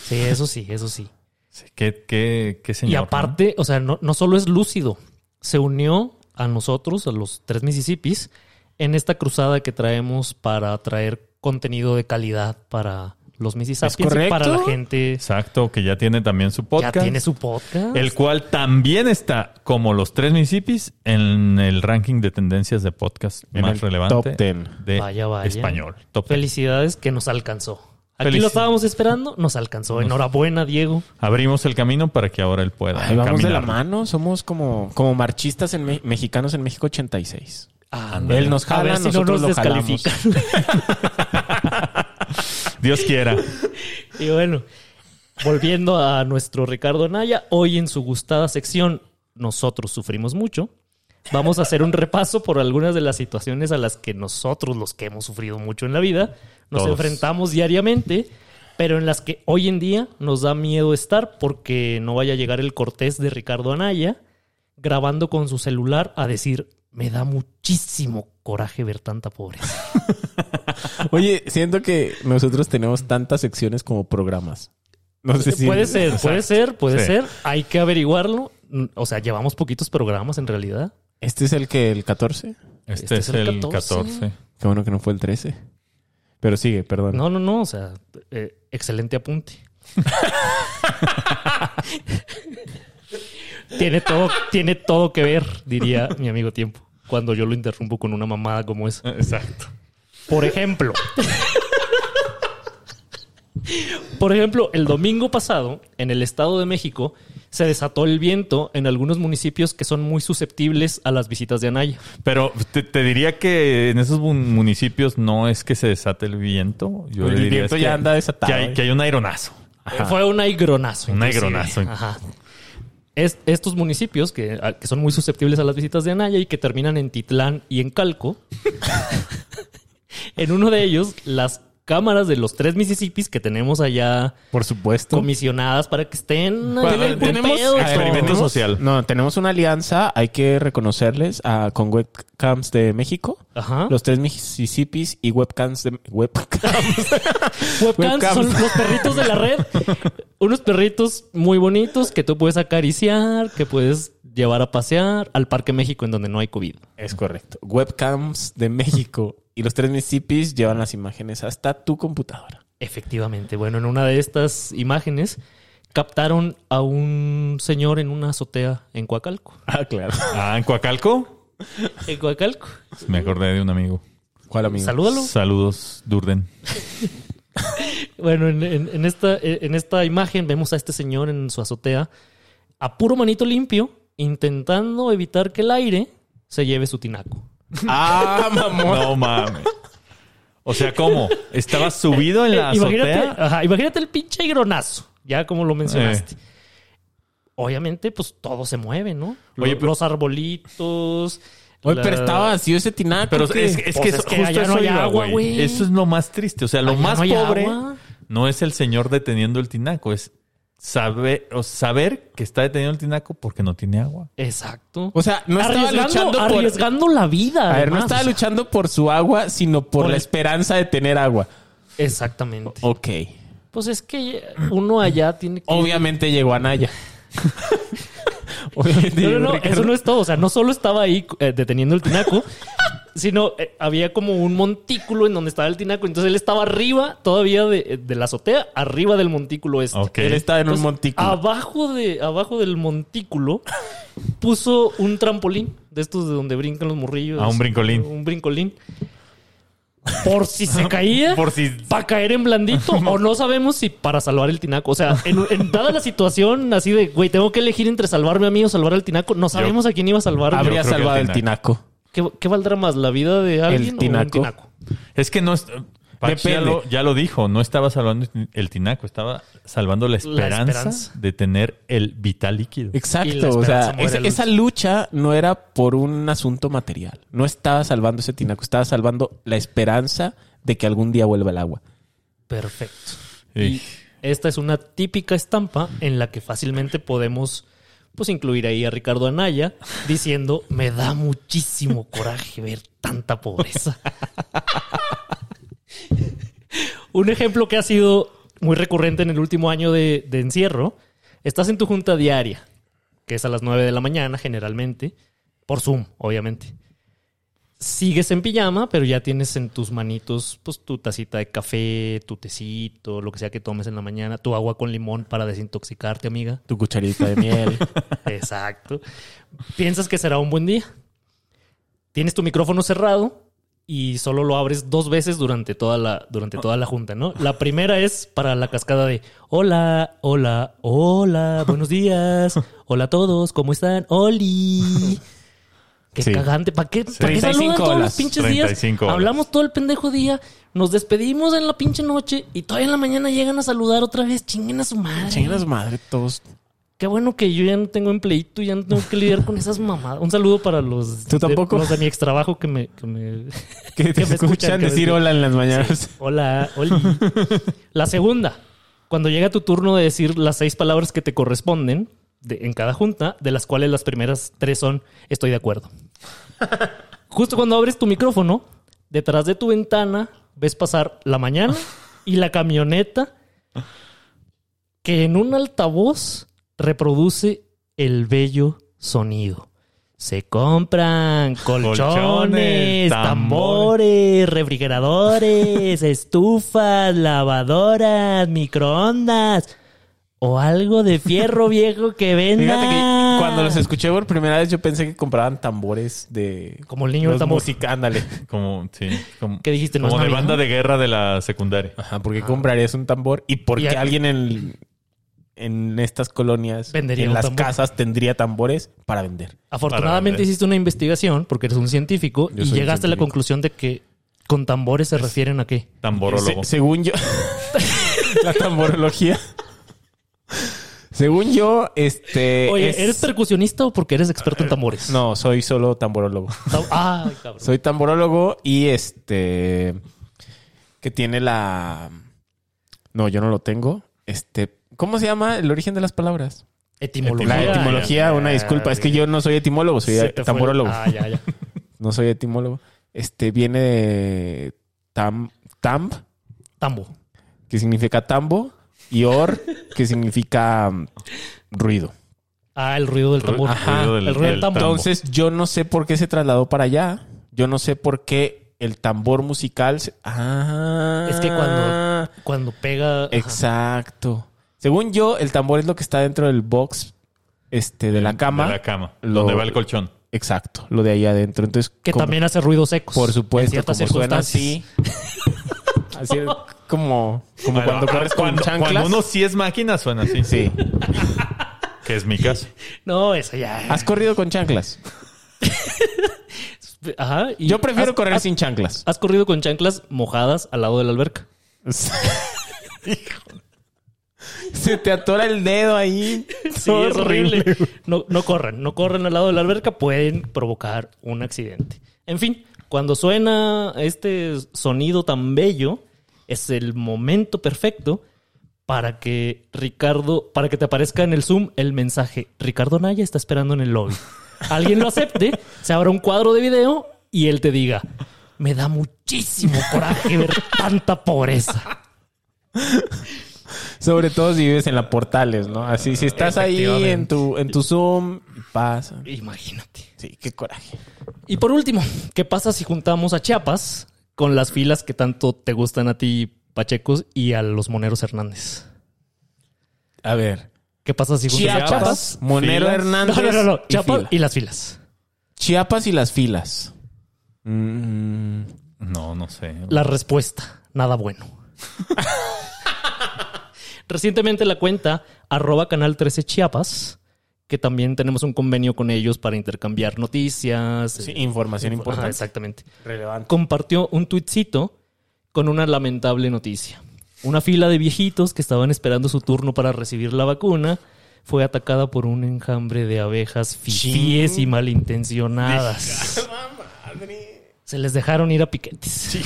Speaker 4: Sí, eso sí, eso sí.
Speaker 1: Sí, qué, qué- qué señor.
Speaker 4: y
Speaker 1: ¿no?
Speaker 4: aparte, o sea, no, no solo es lúcido, se unió a nosotros, a los tres Mississippis, en esta cruzada que traemos para traer contenido de calidad para los Mississippi,
Speaker 5: correcto.
Speaker 4: para la gente.
Speaker 1: Exacto, que ya tiene también su podcast.
Speaker 4: Ya tiene su podcast.
Speaker 1: El cual también está, como los tres municipios, en el ranking de tendencias de podcast
Speaker 5: En
Speaker 1: más
Speaker 5: el
Speaker 1: relevante
Speaker 5: top 10.
Speaker 1: de
Speaker 4: Vaya, vaya.
Speaker 1: español. Top 10.
Speaker 4: Felicidades que nos alcanzó. Aquí
Speaker 1: Felici-
Speaker 4: lo estábamos esperando, nos alcanzó. Enhorabuena, Diego.
Speaker 1: Abrimos el camino para que ahora él pueda.
Speaker 5: Ay, vamos de la
Speaker 1: caminar.
Speaker 5: mano. Somos como, como marchistas en me- mexicanos en México 86.
Speaker 1: Ándale.
Speaker 5: Él nos
Speaker 4: A
Speaker 5: jala,
Speaker 4: ver si no
Speaker 5: nosotros
Speaker 4: nos
Speaker 5: lo jalamos.
Speaker 4: descalifican.
Speaker 1: Dios quiera.
Speaker 4: Y bueno, volviendo a nuestro Ricardo Naya, hoy en su gustada sección, nosotros sufrimos mucho. Vamos a hacer un repaso por algunas de las situaciones a las que nosotros, los que hemos sufrido mucho en la vida, nos
Speaker 1: Todos.
Speaker 4: enfrentamos diariamente, pero en las que hoy en día nos da miedo estar porque no vaya a llegar el cortés de Ricardo Anaya grabando con su celular a decir, me da muchísimo coraje ver tanta pobreza.
Speaker 5: Oye, siento que nosotros tenemos tantas secciones como programas. No sé si...
Speaker 4: Puede ser, puede ser, puede
Speaker 1: Sí.
Speaker 4: ser. Hay que averiguarlo. Mm, O sea, llevamos poquitos programas en realidad.
Speaker 5: Este es el que, el 14.
Speaker 1: Este, es, el 14.
Speaker 5: Qué bueno que no fue el 13. Pero sigue, perdón.
Speaker 4: No, no, no. O sea, eh, excelente apunte. tiene, todo, tiene todo que ver, diría mi amigo Tiempo, cuando yo lo interrumpo con una mamada como esa.
Speaker 1: Exacto.
Speaker 4: Por ejemplo. Por ejemplo, el domingo pasado, en el Estado de México, se desató el viento en algunos municipios que son muy susceptibles a las visitas de Anaya.
Speaker 1: Pero te, te diría que en esos mun- municipios no es que se desate el viento. Yo
Speaker 5: Pues El
Speaker 1: le diría
Speaker 5: viento
Speaker 1: es
Speaker 5: ya
Speaker 1: que-
Speaker 5: anda desatado,
Speaker 1: Que hay,
Speaker 5: eh.
Speaker 1: que hay un aironazo.
Speaker 4: Fue un aigronazo.
Speaker 1: Un
Speaker 4: inclusive.
Speaker 1: aigronazo.
Speaker 4: Ajá. Es- estos municipios que, a- que son muy susceptibles a las visitas de Anaya y que terminan en Titlán y en Calco, en uno de ellos, las cámaras de los tres Mississippis que tenemos allá
Speaker 5: Por supuesto.
Speaker 4: comisionadas para que estén ahí en el
Speaker 5: tenemos
Speaker 4: punteo y todo.
Speaker 1: experimento
Speaker 5: tenemos-
Speaker 1: social.
Speaker 5: No, tenemos una alianza, hay que reconocerles a, con webcams de México.
Speaker 4: Ajá.
Speaker 5: Los tres Mississippis y webcams de webcams.
Speaker 4: webcams
Speaker 5: webcams.
Speaker 4: son los perritos de la red. Unos perritos muy bonitos que tú puedes acariciar, que puedes llevar a pasear al Parque México en donde no hay COVID.
Speaker 5: es correcto. Webcams de México y los tres Mississippis llevan las imágenes hasta tu computadora.
Speaker 4: Efectivamente. Bueno, en una de estas imágenes captaron a un señor en una azotea en Coacalco.
Speaker 5: Ah, claro.
Speaker 1: Ah, en Coacalco.
Speaker 4: En Coacalco.
Speaker 1: Me acordé de un amigo.
Speaker 5: ¿Cuál amigo?
Speaker 4: Salúdalo.
Speaker 1: Saludos, Durden.
Speaker 4: Bueno, en, en- en esta, eh, en esta imagen vemos a este señor en su azotea a puro manito limpio intentando evitar que el aire se lleve su tinaco.
Speaker 5: Ah, mamón.
Speaker 1: No mames. O sea, ¿cómo? ¿Estaba subido en la
Speaker 4: Eh, imagínate,
Speaker 1: azotea? Eh.
Speaker 4: ajá, imagínate el pinche gronazo, ya como lo mencionaste. Obviamente, pues todo se mueve, ¿no?
Speaker 1: Oye,
Speaker 4: Lo-
Speaker 1: pero-
Speaker 4: los arbolitos.
Speaker 5: Oye,
Speaker 4: la-
Speaker 5: pero estaba vacío ese tinaco.
Speaker 1: Pero
Speaker 5: ¿qué?
Speaker 1: es, es que
Speaker 4: Pues
Speaker 1: eso-
Speaker 4: es que
Speaker 1: justo
Speaker 4: allá no
Speaker 1: eso
Speaker 4: hay
Speaker 1: iba,
Speaker 4: agua, güey.
Speaker 1: Eso es lo más triste. O sea, lo
Speaker 4: Allá
Speaker 1: más
Speaker 4: no hay
Speaker 1: pobre
Speaker 4: agua.
Speaker 1: no es el señor deteniendo el tinaco, es saber, o saber que está deteniendo el tinaco porque no tiene agua.
Speaker 4: Exacto.
Speaker 5: O sea, no estaba
Speaker 4: arriesgando,
Speaker 5: luchando por...
Speaker 4: arriesgando la vida.
Speaker 5: A ver, no
Speaker 4: además,
Speaker 5: estaba
Speaker 4: o sea,
Speaker 5: luchando por su agua, sino por,
Speaker 4: Por
Speaker 5: la
Speaker 4: el-
Speaker 5: esperanza de tener agua.
Speaker 4: Exactamente.
Speaker 5: Ok.
Speaker 4: Oh, Pues es que uno allá tiene que.
Speaker 5: Obviamente llegó a Naya. Obviamente
Speaker 4: No, no,
Speaker 5: llegó
Speaker 4: no,
Speaker 5: Ricardo.
Speaker 4: eso no es todo. O sea, no solo estaba ahí eh, deteniendo el tinaco, sino eh, había como un montículo en donde estaba el tinaco. Entonces él estaba arriba todavía de, eh, de la azotea, arriba del montículo este.
Speaker 1: Ok.
Speaker 5: Él está en un
Speaker 4: Entonces,
Speaker 5: montículo.
Speaker 4: Abajo, de, abajo del montículo puso un trampolín de estos de donde brincan los morrillos.
Speaker 1: Ah, un brincolín.
Speaker 4: Un brincolín. Por si se caía,
Speaker 1: Por si-
Speaker 4: para caer en blandito, o no sabemos si para salvar el tinaco. O sea, en, en dada la situación así de, güey, tengo que elegir entre salvarme a mí o salvar al tinaco, no sabemos a quién iba a salvar.
Speaker 5: Habría
Speaker 1: creo que
Speaker 5: salvado
Speaker 1: el
Speaker 5: el tinaco.
Speaker 4: ¿Qué, qué valdrá más, la vida de alguien o un
Speaker 5: tinaco.
Speaker 4: tinaco?
Speaker 1: Es que no es. Pachi ya
Speaker 5: Depende.
Speaker 1: lo, ya lo dijo, no estaba salvando el tinaco, estaba salvando la esperanza,
Speaker 4: esperanza.
Speaker 1: de tener el vital líquido.
Speaker 4: Y la
Speaker 5: Exacto. O sea,
Speaker 4: esperanza muere
Speaker 5: esa,
Speaker 4: al
Speaker 5: esa lucha no era por un asunto material. No estaba salvando ese tinaco, estaba salvando la esperanza de que algún día vuelva el agua.
Speaker 4: Perfecto.
Speaker 1: Y-
Speaker 4: Y esta es una típica estampa en la que fácilmente podemos pues incluir ahí a Ricardo Anaya diciendo, me da muchísimo coraje ver tanta pobreza. Un ejemplo que ha sido muy recurrente en el último año de, de encierro, estás en tu junta diaria, que es a las 9 de la mañana generalmente, por Zoom, obviamente. Sigues en pijama, pero ya tienes en tus manitos pues tu tacita de café, tu tecito, lo que sea que tomes en la mañana, tu agua con limón para desintoxicarte, amiga.
Speaker 5: Tu cucharita de miel.
Speaker 4: Exacto. Piensas que será un buen día. Tienes tu micrófono cerrado y solo lo abres dos veces durante toda la, durante toda la junta, ¿no? La primera es para la cascada de hola, hola, hola, buenos días, hola a todos, ¿cómo están? ¡Oli! Qué
Speaker 5: Sí.
Speaker 4: cagante. ¿Para qué, para qué
Speaker 5: 35
Speaker 4: saludan todos los
Speaker 5: horas.
Speaker 4: pinches
Speaker 1: 35
Speaker 4: días?
Speaker 1: horas.
Speaker 4: Hablamos todo el pendejo día, nos despedimos en la pinche noche y todavía en la mañana llegan a saludar otra vez. Chinguen a su madre.
Speaker 5: Chingas madre, todos.
Speaker 4: Qué bueno que yo ya no tengo empleito y ya no tengo que lidiar con esas mamadas. Un saludo para los,
Speaker 5: ¿Tú tampoco?
Speaker 4: De, los de mi extrabajo que me, que me-
Speaker 5: Que te
Speaker 4: me
Speaker 5: escuchan
Speaker 4: que me
Speaker 5: decir hola en las mañanas.
Speaker 4: Hola, hola. La segunda, cuando llega tu turno de decir las seis palabras que te corresponden de- en cada junta, de las cuales las primeras tres son estoy de acuerdo. Justo cuando abres tu micrófono, detrás de tu ventana ves pasar la mañana y la camioneta que en un altavoz reproduce el bello sonido. Se compran colchones,
Speaker 1: Colchones, tambores.
Speaker 4: tambores, refrigeradores, estufas, lavadoras, microondas o algo de fierro viejo que venda.
Speaker 5: Fíjate que cuando los escuché por primera vez yo pensé que compraban tambores de...
Speaker 4: Como el niño del
Speaker 5: los
Speaker 4: tambor.
Speaker 5: music- ándale.
Speaker 1: Como, sí, como,
Speaker 4: ¿Qué dijiste? ¿No
Speaker 1: como
Speaker 4: es
Speaker 1: de
Speaker 4: Navidad?
Speaker 1: banda de guerra de la secundaria.
Speaker 4: Ah,
Speaker 5: Ajá, porque comprarías un tambor y
Speaker 4: Y
Speaker 5: porque
Speaker 4: a-
Speaker 5: alguien en, en estas colonias,
Speaker 4: Vendería
Speaker 5: en
Speaker 4: un
Speaker 5: las
Speaker 4: tambor.
Speaker 5: casas, tendría tambores para vender.
Speaker 1: Para
Speaker 4: Afortunadamente
Speaker 1: vender.
Speaker 4: hiciste una investigación porque eres un científico
Speaker 5: Yo
Speaker 4: y
Speaker 5: soy un
Speaker 4: llegaste a la
Speaker 5: científico.
Speaker 4: conclusión de que con tambores se refieren a qué.
Speaker 1: Tamborólogo.
Speaker 5: Se- según yo, la tamborología. según yo, este...
Speaker 4: Oye,
Speaker 5: es- Ah,
Speaker 4: ¿eres percusionista o porque eres experto en tambores?
Speaker 5: No, soy solo tamborólogo.
Speaker 4: Ta- Ay, cabrón.
Speaker 5: Soy tamborólogo y este... Que tiene la... No, yo no lo tengo. Este... ¿Cómo se llama el origen de las palabras?
Speaker 4: Etimología.
Speaker 5: La etimología, una disculpa. Es que yo no soy etimólogo, soy
Speaker 4: Se te fue el-
Speaker 5: tamborólogo.
Speaker 4: Ah, ya, ya.
Speaker 5: No soy etimólogo. Este viene de tam, tamb,
Speaker 4: Tambo.
Speaker 5: que significa tambo, y or, que significa mm, ruido.
Speaker 4: Ah, el ruido del tambor.
Speaker 5: Ajá,
Speaker 4: el ruido del tambo.
Speaker 5: Entonces, yo no sé por qué se trasladó para allá. Yo no sé por qué el tambor musical. se- Ah,
Speaker 4: Es que cuando, cuando pega. ajá.
Speaker 5: Exacto. Según yo, el tambor es lo que está dentro del box este, de la cama.
Speaker 1: De la cama.
Speaker 5: Lo-
Speaker 1: Donde va el colchón.
Speaker 5: Exacto, lo de ahí adentro. Entonces,
Speaker 4: Que
Speaker 5: como-
Speaker 4: también hace ruidos secos.
Speaker 5: Por
Speaker 4: en
Speaker 5: supuesto,
Speaker 4: ciertas
Speaker 5: como suena así.
Speaker 4: circunstancias.
Speaker 5: así es como, como
Speaker 1: Bueno,
Speaker 5: cuando
Speaker 1: ah,
Speaker 5: corres con
Speaker 1: cuando,
Speaker 5: chanclas.
Speaker 1: cuando uno sí es máquina, suena así.
Speaker 5: Sí.
Speaker 1: Que es mi caso.
Speaker 4: No, eso ya.
Speaker 5: ¿Has corrido con chanclas?
Speaker 4: Ajá. y-
Speaker 5: Ah, Yo prefiero
Speaker 4: ¿Has-
Speaker 5: correr
Speaker 4: has-
Speaker 5: sin chanclas.
Speaker 4: Has corrido con chanclas mojadas al lado de la alberca.
Speaker 5: Se te atora el dedo ahí.
Speaker 4: Sí, es horrible. No, no corran, no corran al lado de la alberca, pueden provocar un accidente. En fin, cuando suena este sonido tan bello, es el momento perfecto para que Ricardo, para que te aparezca en el Zoom el mensaje. Ricardo Naya está esperando en el lobby. Alguien lo acepte, se abra un cuadro de video y él te diga, me da muchísimo coraje ver tanta pobreza.
Speaker 5: Sobre todo si vives en la Portales, ¿no? Así, si estás ahí en tu, en tu Zoom, pasa.
Speaker 4: Imagínate.
Speaker 5: Sí, qué coraje.
Speaker 4: Y por último, ¿qué pasa si juntamos a Chiapas con las filas que tanto te gustan a ti, Pachecos, y a los moneros Hernández?
Speaker 5: A ver.
Speaker 4: ¿Qué pasa si juntamos a Chiapas?
Speaker 5: Chiapas, Monero
Speaker 1: filas.
Speaker 5: Hernández.
Speaker 4: No, no, no, no.
Speaker 5: y
Speaker 4: Chiapas
Speaker 5: fila.
Speaker 4: y las filas.
Speaker 5: Chiapas y las filas. Mm,
Speaker 1: No, no sé.
Speaker 4: La respuesta, nada bueno. Recientemente la cuenta arroba canal 13 Chiapas, que también tenemos un convenio con ellos para intercambiar noticias.
Speaker 5: sí,
Speaker 4: eh,
Speaker 5: información
Speaker 4: info- ajá,
Speaker 5: importante.
Speaker 4: exactamente.
Speaker 5: Relevante.
Speaker 4: Compartió un tuitcito con una lamentable noticia. Una fila de viejitos que estaban esperando su turno para recibir la vacuna fue atacada por un enjambre de abejas fifíes y malintencionadas. Se les dejaron ir a piquetes.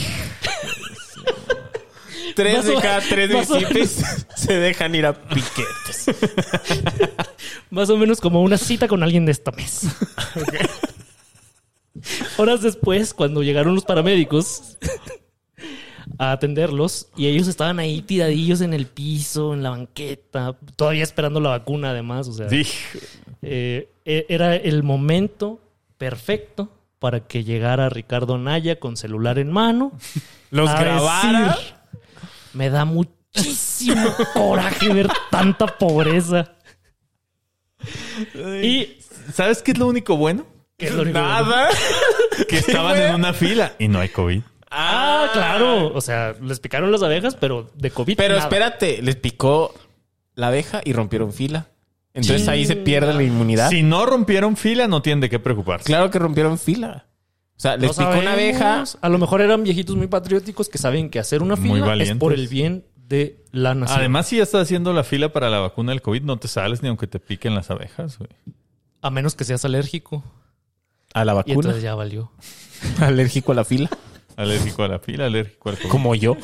Speaker 5: Tres
Speaker 4: Más
Speaker 5: de
Speaker 4: o-
Speaker 5: cada tres
Speaker 4: más o
Speaker 5: municipios se dejan ir a piquetes.
Speaker 4: Más o menos como una cita con alguien de esta mesa. Horas después, cuando llegaron los paramédicos a atenderlos, y ellos estaban ahí tiradillos en el piso, en la banqueta, todavía esperando la vacuna, además. O sea,
Speaker 1: Dije,
Speaker 4: eh, e- era el momento perfecto para que llegara Ricardo Naya con celular en mano.
Speaker 5: Los
Speaker 1: Ah,
Speaker 4: a
Speaker 5: grabara.
Speaker 4: decir, Me da muchísimo coraje ver tanta pobreza. Y
Speaker 1: ¿sabes qué es lo único bueno?
Speaker 4: que es lo único bueno.
Speaker 5: Nada.
Speaker 1: Que estaban en una fila y no hay COVID.
Speaker 4: Ah, claro. O sea, les picaron las abejas, pero de COVID.
Speaker 5: Pero
Speaker 4: nada.
Speaker 5: espérate, les picó la abeja y rompieron fila. Entonces ahí se pierde la inmunidad.
Speaker 1: Si no rompieron fila, no tienen de qué preocuparse.
Speaker 5: Claro que rompieron fila. O sea,
Speaker 4: No
Speaker 5: les picó una abeja.
Speaker 4: sabemos. A lo mejor eran viejitos muy patrióticos que saben que hacer una
Speaker 1: Muy
Speaker 4: fila es
Speaker 1: valientes.
Speaker 4: por el bien de la nación.
Speaker 1: Además, si ya estás haciendo la fila para la vacuna del COVID, no te sales ni aunque te piquen las abejas. güey.
Speaker 4: a menos que seas alérgico.
Speaker 5: A la
Speaker 4: Y
Speaker 5: vacuna.
Speaker 4: entonces ya valió.
Speaker 5: Alérgico a la fila.
Speaker 1: Alérgico a la fila, alérgico al COVID.
Speaker 5: Como yo.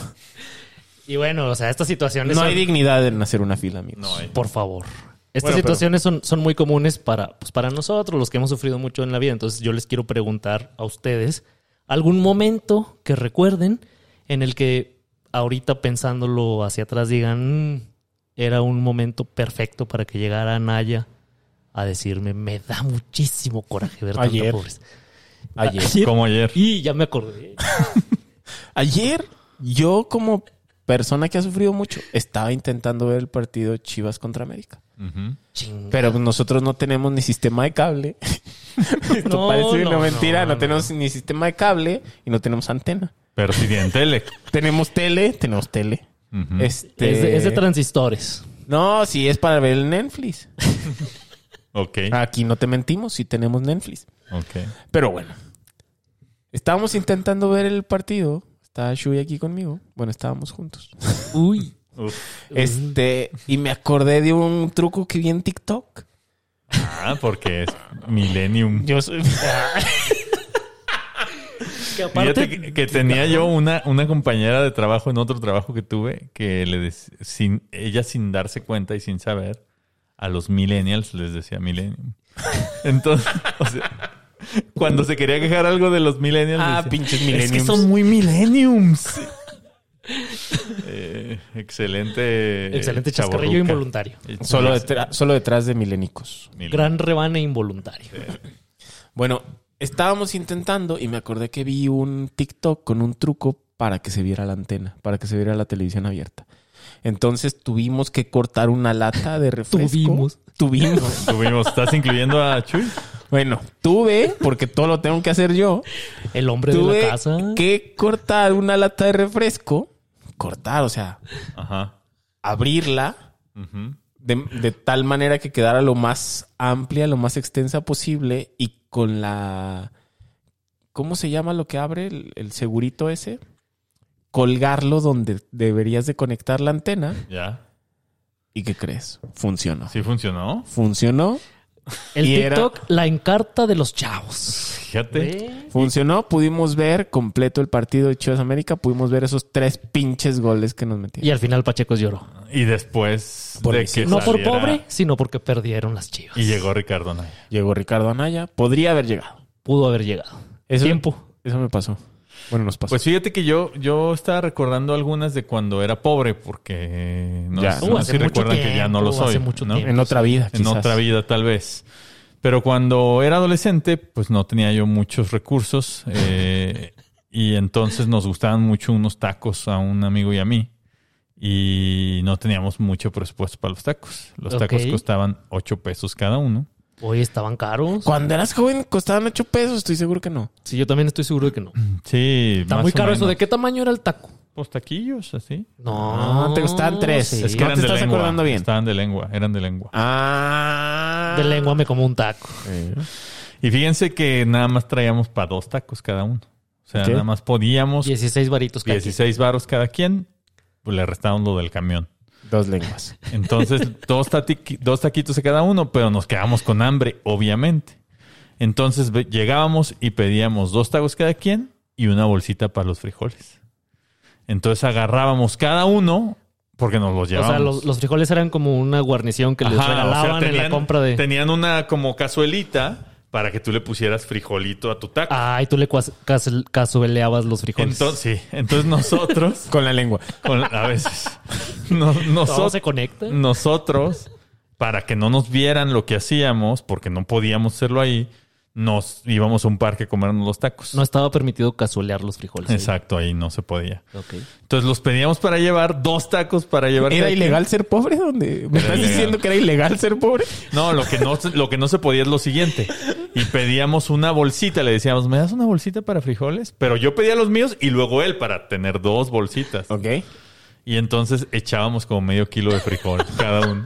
Speaker 4: Y bueno, o sea, estas situaciones.
Speaker 5: No
Speaker 4: son-
Speaker 5: hay dignidad en hacer una fila, amigos.
Speaker 1: No hay.
Speaker 4: Por favor. Estas
Speaker 1: Bueno, pero-
Speaker 4: situaciones son, son muy comunes para, pues, para nosotros, los que hemos sufrido mucho en la vida. Entonces yo les quiero preguntar a ustedes algún momento que recuerden en el que ahorita pensándolo hacia atrás digan, "Mm, era un momento perfecto para que llegara Naya a decirme, me da muchísimo coraje ver tanta
Speaker 5: Ayer.
Speaker 4: pobreza".
Speaker 5: Ayer.
Speaker 1: Como ayer.
Speaker 4: Y ya me acordé.
Speaker 5: Ayer, yo como persona que ha sufrido mucho, estaba intentando ver el partido Chivas contra América.
Speaker 1: Ujú.
Speaker 4: Chinga.
Speaker 5: Pero pues, nosotros no tenemos ni sistema de cable. Esto
Speaker 4: No,
Speaker 5: parece
Speaker 4: no,
Speaker 5: una mentira.
Speaker 4: no,
Speaker 5: No,
Speaker 4: no.
Speaker 5: tenemos ni sistema de cable y no tenemos antena.
Speaker 1: Pero si tienen tele.
Speaker 5: Tenemos tele, tenemos tele.
Speaker 1: Ujú.
Speaker 5: Este...
Speaker 4: es, de, es de transistores.
Speaker 5: No, si es para ver el Netflix.
Speaker 1: Ok,
Speaker 5: Aquí no te mentimos, si tenemos Netflix.
Speaker 1: ok.
Speaker 5: Pero bueno. Estábamos intentando ver el partido. Estaba Shui aquí conmigo. Bueno, estábamos juntos.
Speaker 4: Uy.
Speaker 1: Uf.
Speaker 5: Este, y me acordé de un truco que vi en TikTok.
Speaker 1: Ah, porque es Millennium.
Speaker 5: Yo soy...
Speaker 4: Que aparte
Speaker 1: Fíjate que, que tenía yo una, una compañera de trabajo en otro trabajo que tuve que le dec- sin, ella sin darse cuenta y sin saber a los millennials les decía millennium. Entonces, o sea, cuando se quería quejar algo de los millennials,
Speaker 5: Ah,
Speaker 1: decía,
Speaker 5: pinches
Speaker 1: es que
Speaker 5: millennials".
Speaker 1: son muy millenniums. Eh, excelente,
Speaker 4: Excelente
Speaker 1: chavorruca.
Speaker 4: chascarrillo involuntario.
Speaker 5: solo, detra- solo detrás de milenicos.
Speaker 1: Millennium.
Speaker 4: Gran rebane involuntario.
Speaker 5: Bueno, estábamos intentando y me acordé que vi un TikTok con un truco para que se viera la antena, para que se viera la televisión abierta. Entonces tuvimos que cortar una lata de refresco.
Speaker 4: Tuvimos.
Speaker 5: Tuvimos.
Speaker 1: Tuvimos, ¿estás incluyendo a Chuy?
Speaker 5: Bueno, tuve, porque todo lo tengo que hacer yo.
Speaker 4: El hombre de
Speaker 5: Tuve
Speaker 4: la casa.
Speaker 5: que cortar una lata de refresco. Cortar, o sea,
Speaker 1: Ajá.
Speaker 5: abrirla
Speaker 1: Ujú.
Speaker 5: de, de tal manera que quedara lo más amplia, lo más extensa posible y con la... ¿Cómo se llama lo que abre el, el segurito ese? Colgarlo donde deberías de conectar la antena.
Speaker 1: Ya.
Speaker 5: ¿Y qué crees? Funcionó.
Speaker 1: Sí funcionó.
Speaker 5: Funcionó.
Speaker 4: El
Speaker 5: y era-
Speaker 4: TikTok, la encarta de los chavos.
Speaker 1: Fíjate.
Speaker 4: ¿Ve?
Speaker 5: Funcionó. Pudimos ver completo el partido de Chivas América. Pudimos ver esos tres pinches goles que nos
Speaker 4: Y
Speaker 5: metieron.
Speaker 4: al final Pachecos lloró.
Speaker 1: Y después
Speaker 5: Por
Speaker 1: de
Speaker 5: decir-
Speaker 1: que
Speaker 4: No por
Speaker 1: saliera-
Speaker 4: pobre, sino porque perdieron las chivas.
Speaker 1: Y llegó Ricardo Naya.
Speaker 5: Llegó Ricardo Anaya. Podría haber llegado.
Speaker 4: Pudo haber llegado.
Speaker 5: Eso-
Speaker 4: Tiempo.
Speaker 5: Eso me pasó. Bueno, nos pasó.
Speaker 1: Pues fíjate que yo, yo estaba recordando algunas de cuando era pobre, porque no,
Speaker 5: Ya.
Speaker 1: sé-
Speaker 5: Uh,
Speaker 1: no sé
Speaker 4: hace
Speaker 1: si
Speaker 4: mucho
Speaker 1: recuerdan que ya no lo
Speaker 4: tiempo,
Speaker 1: soy.
Speaker 4: hace mucho
Speaker 1: ¿no?
Speaker 4: tiempo.
Speaker 5: en otra vida,
Speaker 1: En
Speaker 5: quizás.
Speaker 1: otra vida, tal vez. Pero cuando era adolescente, pues no tenía yo muchos recursos. eh, y entonces nos gustaban mucho unos tacos a un amigo y a mí. Y no teníamos mucho presupuesto para los tacos. Los tacos
Speaker 4: Ok.
Speaker 1: costaban 8 pesos cada uno.
Speaker 4: Hoy estaban caros.
Speaker 5: Cuando eras joven costaban 8 pesos, estoy seguro que no.
Speaker 4: Sí, yo también estoy seguro de que no.
Speaker 1: Sí,
Speaker 4: Está
Speaker 1: Mm, más
Speaker 4: muy
Speaker 1: o
Speaker 4: caro eso.
Speaker 1: menos.
Speaker 4: ¿De qué tamaño era el taco?
Speaker 1: Pues taquillos, así.
Speaker 4: No,
Speaker 5: Ah, te costaban tres.
Speaker 4: sí.
Speaker 5: Es que- No te estás
Speaker 1: lengua.
Speaker 5: acordando bien.
Speaker 1: Estaban de lengua, eran de lengua.
Speaker 5: Ah.
Speaker 4: de lengua me como un taco.
Speaker 1: Y fíjense que nada más traíamos para dos tacos cada uno. O sea,
Speaker 5: Ok.
Speaker 1: nada más podíamos
Speaker 4: 16 varitos cada quien.
Speaker 1: 16 varos cada quien, pues le restaban lo del camión.
Speaker 5: Dos lenguas.
Speaker 1: Entonces, dos, tati- dos taquitos a cada uno, pero nos quedamos con hambre, obviamente. Entonces ve- llegábamos y pedíamos dos tacos cada quien y una bolsita para los frijoles. Entonces agarrábamos cada uno porque nos los
Speaker 4: O
Speaker 1: llevábamos.
Speaker 4: sea, los, los frijoles eran como una guarnición que
Speaker 1: Ajá,
Speaker 4: les
Speaker 1: o sea,
Speaker 4: regalaban en la compra de.
Speaker 1: Tenían una como cazuelita para que tú le pusieras frijolito a tu taco.
Speaker 4: Ay, tú le cuas- cas- cazueleabas los frijoles.
Speaker 1: entonces, sí, entonces nosotros,
Speaker 5: Con la lengua.
Speaker 1: con- a veces, no-
Speaker 4: todo
Speaker 1: nosotros,
Speaker 4: se conecta.
Speaker 1: nosotros, para que no nos vieran lo que hacíamos, porque no podíamos hacerlo ahí, nos íbamos a un parque a comernos los tacos.
Speaker 4: No estaba permitido cazuelear los frijoles. ahí.
Speaker 1: Exacto, ahí no se podía.
Speaker 4: Ok.
Speaker 1: Entonces los pedíamos para llevar, dos tacos para llevar.
Speaker 5: ¿Era
Speaker 1: cada quien.
Speaker 5: ilegal ser pobre? ¿Dónde?
Speaker 1: Era
Speaker 5: ¿Me estás
Speaker 1: ilegal.
Speaker 5: diciendo que era ilegal ser pobre?
Speaker 1: No, lo que no, lo que no se podía es lo siguiente. Y pedíamos una bolsita, le decíamos, ¿me das una bolsita para frijoles? Pero yo pedía los míos y luego él para tener dos bolsitas.
Speaker 5: Ok.
Speaker 1: Y entonces echábamos como medio kilo de frijol cada uno.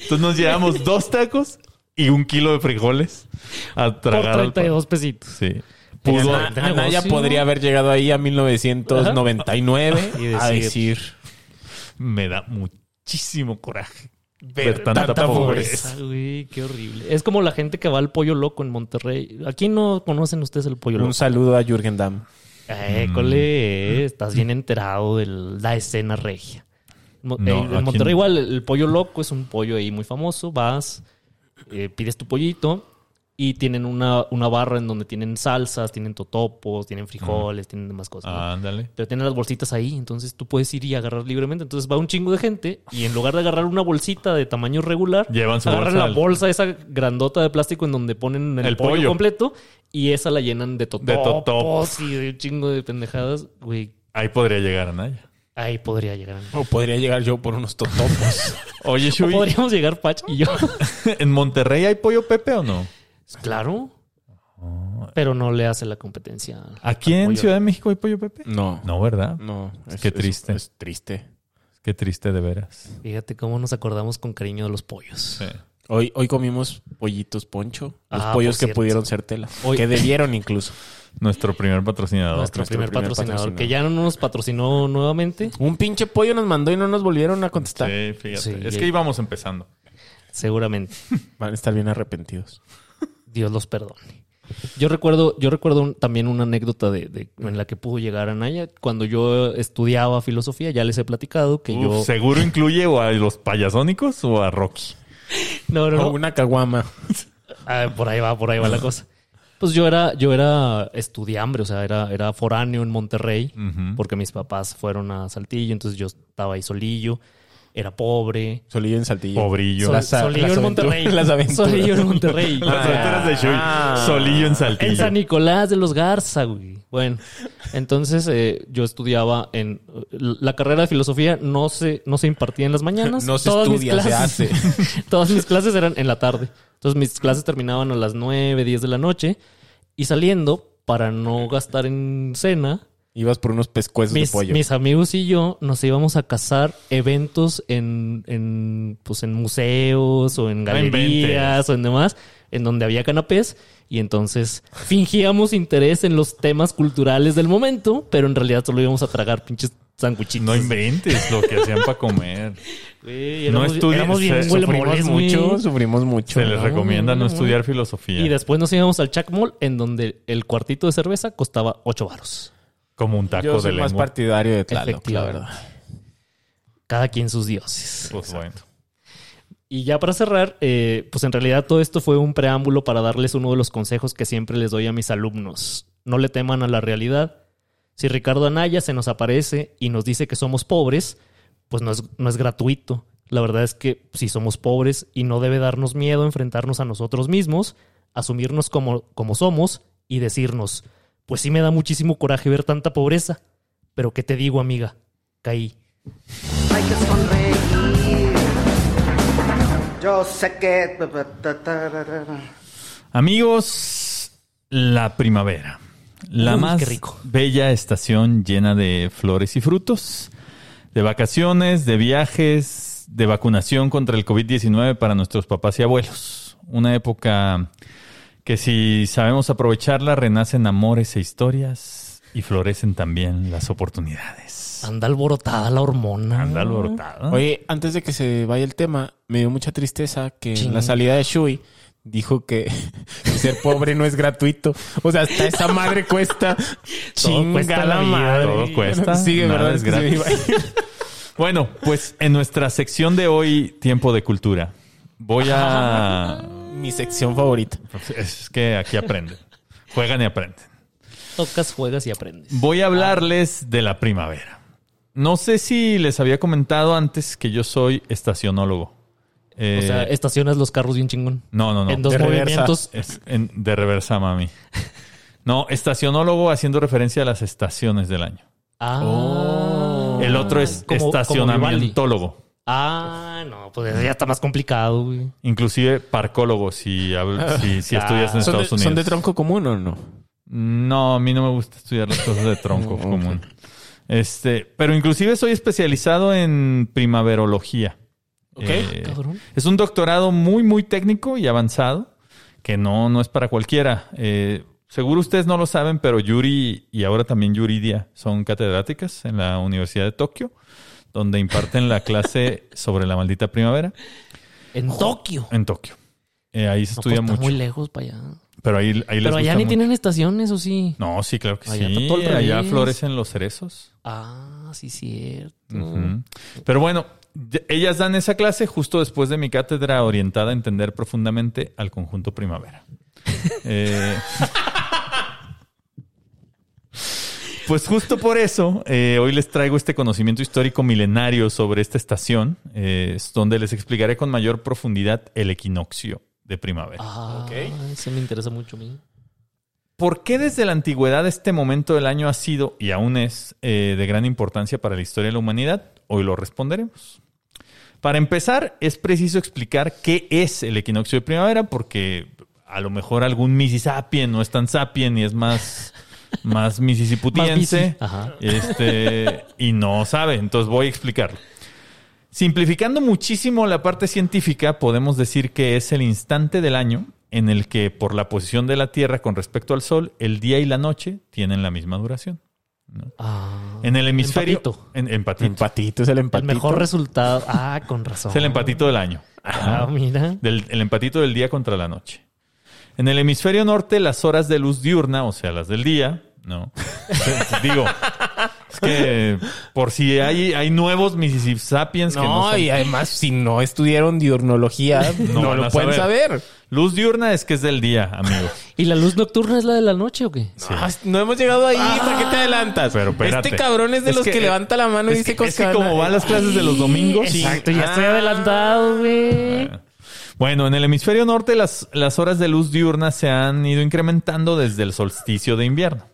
Speaker 1: Entonces nos llevamos dos tacos y un kilo de frijoles a
Speaker 4: Por
Speaker 1: tragar. al pa-
Speaker 4: 32 pesitos.
Speaker 1: Sí.
Speaker 4: Tenían
Speaker 1: Pudo-
Speaker 4: la-
Speaker 5: Ana- Anaya
Speaker 4: negocio.
Speaker 5: podría haber llegado ahí a 1999
Speaker 4: Y decir-
Speaker 5: a decir
Speaker 1: me da muchísimo coraje.
Speaker 5: Ver tanta pobreza.
Speaker 4: Esa, güey, qué horrible. Es como la gente que va al pollo loco en Monterrey. Aquí no conocen ustedes el pollo
Speaker 5: un
Speaker 4: loco.
Speaker 5: saludo a Jürgen Damm.
Speaker 4: École, eh, estás bien enterado de la escena regia. Mo-
Speaker 1: No,
Speaker 4: eh,
Speaker 1: aquí
Speaker 4: en Monterrey
Speaker 1: no.
Speaker 4: igual el pollo loco es un pollo ahí muy famoso. Vas, eh, pides tu pollito y tienen una, una barra en donde tienen salsas, tienen totopos, tienen frijoles, tienen demás cosas. ¿no?
Speaker 1: Ah, Ándale.
Speaker 4: Pero tienen las bolsitas ahí, entonces tú puedes ir y agarrar libremente. Entonces va un chingo de gente y en lugar de agarrar una bolsita de tamaño regular,
Speaker 1: Llevan su
Speaker 4: agarran
Speaker 1: bolsa
Speaker 4: la
Speaker 1: al-
Speaker 4: bolsa esa grandota de plástico en donde ponen el,
Speaker 1: El
Speaker 4: pollo,
Speaker 1: pollo.
Speaker 4: completo y esa la llenan de totopos,
Speaker 1: De totopos.
Speaker 4: y de un chingo de pendejadas. Güey,
Speaker 1: Ahí podría llegar Anaya.
Speaker 4: ahí podría llegar. a mí.
Speaker 5: O podría llegar yo por unos totopos.
Speaker 1: Oye,
Speaker 4: O
Speaker 1: Shui,
Speaker 4: podríamos llegar Pach y yo.
Speaker 1: ¿en Monterrey hay pollo Pepe o no?
Speaker 4: claro.
Speaker 1: Ah.
Speaker 4: Pero no le hace la competencia.
Speaker 1: ¿Aquí
Speaker 4: al
Speaker 1: en
Speaker 4: pollo.
Speaker 1: Ciudad de México hay pollo Pepe?
Speaker 5: No.
Speaker 1: No, ¿verdad?
Speaker 5: No.
Speaker 1: Es que triste.
Speaker 5: Es, triste.
Speaker 1: Qué triste de veras.
Speaker 4: Fíjate cómo nos acordamos con cariño de los pollos.
Speaker 5: Hoy, hoy comimos pollitos poncho. Los
Speaker 4: Ah,
Speaker 5: pollos
Speaker 4: por
Speaker 5: que
Speaker 4: cierto.
Speaker 5: pudieron ser tela.
Speaker 4: Hoy-
Speaker 5: Que debieron incluso.
Speaker 1: Nuestro primer patrocinador.
Speaker 4: Nuestro,
Speaker 5: nuestro
Speaker 4: primer,
Speaker 5: primer
Speaker 4: patrocinador,
Speaker 5: patrocinador.
Speaker 4: que ya no nos patrocinó nuevamente.
Speaker 5: Un pinche pollo nos mandó y no nos volvieron a contestar.
Speaker 1: Sí, fíjate.
Speaker 4: Sí,
Speaker 1: es
Speaker 4: y-
Speaker 1: que íbamos empezando.
Speaker 4: Seguramente.
Speaker 5: Van a estar bien arrepentidos.
Speaker 4: Dios los perdone. Yo recuerdo, yo recuerdo un- también una anécdota de, de- en la que pudo llegar Anaya. Cuando yo estudiaba filosofía, ya les he platicado que
Speaker 1: Uf,
Speaker 4: yo.
Speaker 1: ¿Seguro incluye o a los payasónicos o a Rocky?
Speaker 4: No, no, no.
Speaker 5: O una caguama.
Speaker 4: Ah, por ahí va, por ahí va la cosa. Pues yo era, yo era estudiambre, o sea, era, era foráneo en Monterrey,
Speaker 1: Ujú.
Speaker 4: porque mis papás fueron a Saltillo, entonces yo estaba ahí solillo, era pobre.
Speaker 5: Solillo en saltillo.
Speaker 1: Pobrillo.
Speaker 4: Sol-
Speaker 5: Las-
Speaker 4: solillo
Speaker 5: las
Speaker 4: en
Speaker 5: aventu-
Speaker 4: Monterrey.
Speaker 5: las aventuras.
Speaker 4: Solillo en Monterrey.
Speaker 1: Las
Speaker 4: Ah.
Speaker 1: fronteras de Shui.
Speaker 5: Ah.
Speaker 1: Solillo en Saltillo.
Speaker 4: En San Nicolás de los Garza, güey. Bueno, entonces eh, yo estudiaba en eh, la carrera de filosofía no se no se impartía en las mañanas.
Speaker 5: No se estudia, se hace.
Speaker 4: todas mis clases eran en la tarde. Entonces mis clases terminaban a las 9, 10 de la noche y saliendo para no gastar en cena,
Speaker 5: Ibas por unos pescuezos
Speaker 4: mis,
Speaker 5: de pollo.
Speaker 4: mis amigos y yo nos íbamos a cazar eventos en, en, pues en museos o en galerías
Speaker 1: inventes.
Speaker 4: o en demás, en donde había canapés. Y entonces fingíamos interés en los temas culturales del momento, pero en realidad solo íbamos a tragar pinches sanguchitos.
Speaker 1: No inventes lo que hacían para comer.
Speaker 4: Güey,
Speaker 1: no
Speaker 4: éramos,
Speaker 1: estudies,
Speaker 4: éramos bien
Speaker 1: se-
Speaker 4: huele
Speaker 5: sufrimos
Speaker 4: moles, güey.
Speaker 5: mucho, sufrimos mucho.
Speaker 1: Se les recomienda no estudiar filosofía.
Speaker 4: Y después nos íbamos al Chacmol, en donde el cuartito de cerveza costaba 8 varos.
Speaker 1: Como un taco
Speaker 5: Yo
Speaker 1: de
Speaker 5: soy más
Speaker 1: lengua.
Speaker 5: partidario de Tlaloc, la
Speaker 4: Efectivamente.
Speaker 5: verdad.
Speaker 4: Cada quien sus dioses.
Speaker 1: Pues bueno.
Speaker 4: Y ya para cerrar, eh, pues en realidad todo esto fue un preámbulo para darles uno de los consejos que siempre les doy a mis alumnos. No le teman a la realidad, Si Ricardo Anaya se nos aparece y nos dice que somos pobres, pues no es, no es gratuito. La verdad es que si somos pobres y no debe darnos miedo enfrentarnos a nosotros mismos, asumirnos como, como somos y decirnos, pues sí me da muchísimo coraje ver tanta pobreza, pero ¿qué te digo amiga? Caí.
Speaker 6: Hay que sonreír. Yo sé que. Tararara.
Speaker 1: Amigos, la primavera. La
Speaker 4: Uy,
Speaker 1: más
Speaker 4: qué rico.
Speaker 1: bella estación llena de flores y frutos, de vacaciones, de viajes, de vacunación contra el COVID-19 para nuestros papás y abuelos. Una época que si sabemos aprovecharla, renacen amores e historias y florecen también las oportunidades.
Speaker 4: Anda alborotada la hormona.
Speaker 1: Anda alborotado.
Speaker 5: Oye, antes de que se vaya el tema, me dio mucha tristeza que
Speaker 4: Ching.
Speaker 5: en la salida de Shui dijo que ser pobre no es gratuito. O sea, hasta esa madre cuesta. Chinga
Speaker 4: cuesta la
Speaker 5: la
Speaker 4: vida,
Speaker 5: madre.
Speaker 1: todo cuesta,
Speaker 5: Sigue,
Speaker 1: nada
Speaker 5: ¿verdad?
Speaker 1: es
Speaker 5: que se me iba a ir.
Speaker 1: Bueno, pues en nuestra sección de hoy, Tiempo de Cultura, voy a...
Speaker 5: Mi sección favorita.
Speaker 1: Es que aquí aprenden. Juegan y aprenden.
Speaker 4: Tocas, juegas y aprendes.
Speaker 1: Voy a hablarles de la primavera. No sé si les había comentado antes que yo soy estacionólogo. Eh,
Speaker 4: o sea, estacionas los carros bien chingón.
Speaker 1: no, no, no.
Speaker 4: en dos
Speaker 5: de reversa.
Speaker 4: movimientos.
Speaker 1: Es en- de reversa, mami. No, estacionólogo haciendo referencia a las estaciones del año.
Speaker 4: Ah.
Speaker 1: El otro es
Speaker 4: Oh. Como- como
Speaker 1: estacionamientólogo.
Speaker 4: Ah, no, pues eso ya está más complicado, güey.
Speaker 1: Inclusive parcólogo si, habl- si,
Speaker 4: Ah.
Speaker 1: si estudias en
Speaker 5: ¿Son de,
Speaker 1: Estados Unidos.
Speaker 5: son de tronco común o no?
Speaker 1: No, a mí no me gusta estudiar las cosas de tronco
Speaker 5: Ok.
Speaker 1: común. Este, pero inclusive soy especializado en primaverología.
Speaker 5: Ok,
Speaker 1: Ah,
Speaker 4: cabrón.
Speaker 1: Es un doctorado muy, muy técnico y avanzado, que no, no es para cualquiera. Eh, seguro ustedes no lo saben, pero Yuri y ahora también Yuridia son catedráticas en la Universidad de Tokio, donde imparten la clase sobre la maldita primavera
Speaker 4: En Tokio.
Speaker 1: en Tokio. Eh, ahí se
Speaker 4: No,
Speaker 1: estudia
Speaker 4: pues, está
Speaker 1: mucho.
Speaker 4: muy lejos para allá.
Speaker 1: Pero ahí, ahí les
Speaker 4: Pero allá
Speaker 1: gusta
Speaker 4: ni
Speaker 1: mucho.
Speaker 4: tienen estaciones, ¿o sí?
Speaker 1: No, sí, claro que
Speaker 4: Allá está
Speaker 1: sí.
Speaker 4: todo al
Speaker 1: Allá
Speaker 4: revés.
Speaker 1: florecen los cerezos.
Speaker 4: Ah, sí, cierto.
Speaker 1: Ujú. Pero bueno, ya- ellas dan esa clase justo después de mi cátedra orientada a entender profundamente al conjunto primavera. Eh, pues justo por eso, eh, hoy les traigo este conocimiento histórico milenario sobre esta estación, eh, es donde les explicaré con mayor profundidad el equinoccio de primavera.
Speaker 4: Ah, eso me interesa mucho a mí.
Speaker 1: ¿Por qué desde la antigüedad este momento del año ha sido y aún es eh, de gran importancia para la historia de la humanidad? Hoy lo responderemos. Para empezar, es preciso explicar qué es el equinoccio de primavera, porque a lo mejor algún misisapien no es tan sapien y es más, más misisiputiense
Speaker 4: Ajá.
Speaker 1: este, y no sabe. Entonces voy a explicarlo. Simplificando muchísimo la parte científica, podemos decir que es el instante del año en el que, por la posición de la Tierra con respecto al Sol, el día y la noche tienen la misma duración.
Speaker 4: Ah,
Speaker 1: En el hemisferio.
Speaker 4: Empatito.
Speaker 1: En, empatito.
Speaker 5: Empatito es el
Speaker 4: el
Speaker 5: empatito.
Speaker 4: mejor resultado. Ah, con razón.
Speaker 1: Es el empatito del año.
Speaker 4: Ah, mira.
Speaker 1: Del- el empatito del día contra la noche. En el hemisferio norte, las horas de luz diurna, o sea, las del día, ¿no? Digo, es que por si hay, hay nuevos Mississippi Sapiens que no
Speaker 5: No,
Speaker 1: son-
Speaker 5: y además, si no estudiaron diurnología,
Speaker 1: No
Speaker 5: no,
Speaker 1: van a
Speaker 5: lo pueden
Speaker 1: saber.
Speaker 5: saber.
Speaker 1: Luz diurna es que es del día, amigos.
Speaker 4: ¿Y la luz nocturna es la de la noche o qué?
Speaker 1: Sí.
Speaker 5: Ah, no hemos llegado ahí,
Speaker 4: Ah.
Speaker 5: ¿para qué te adelantas?
Speaker 1: Pero espérate.
Speaker 5: Este cabrón es de
Speaker 1: Es
Speaker 5: los
Speaker 1: que-
Speaker 5: que, levanta la mano y
Speaker 1: es
Speaker 5: dice
Speaker 1: que-
Speaker 5: cosas.
Speaker 1: es que como van las clases de los domingos, sí. Ah.
Speaker 4: Exacto, ya estoy adelantado, güey.
Speaker 1: Bueno, en el hemisferio norte las, las horas de luz diurna se han ido incrementando desde el solsticio de invierno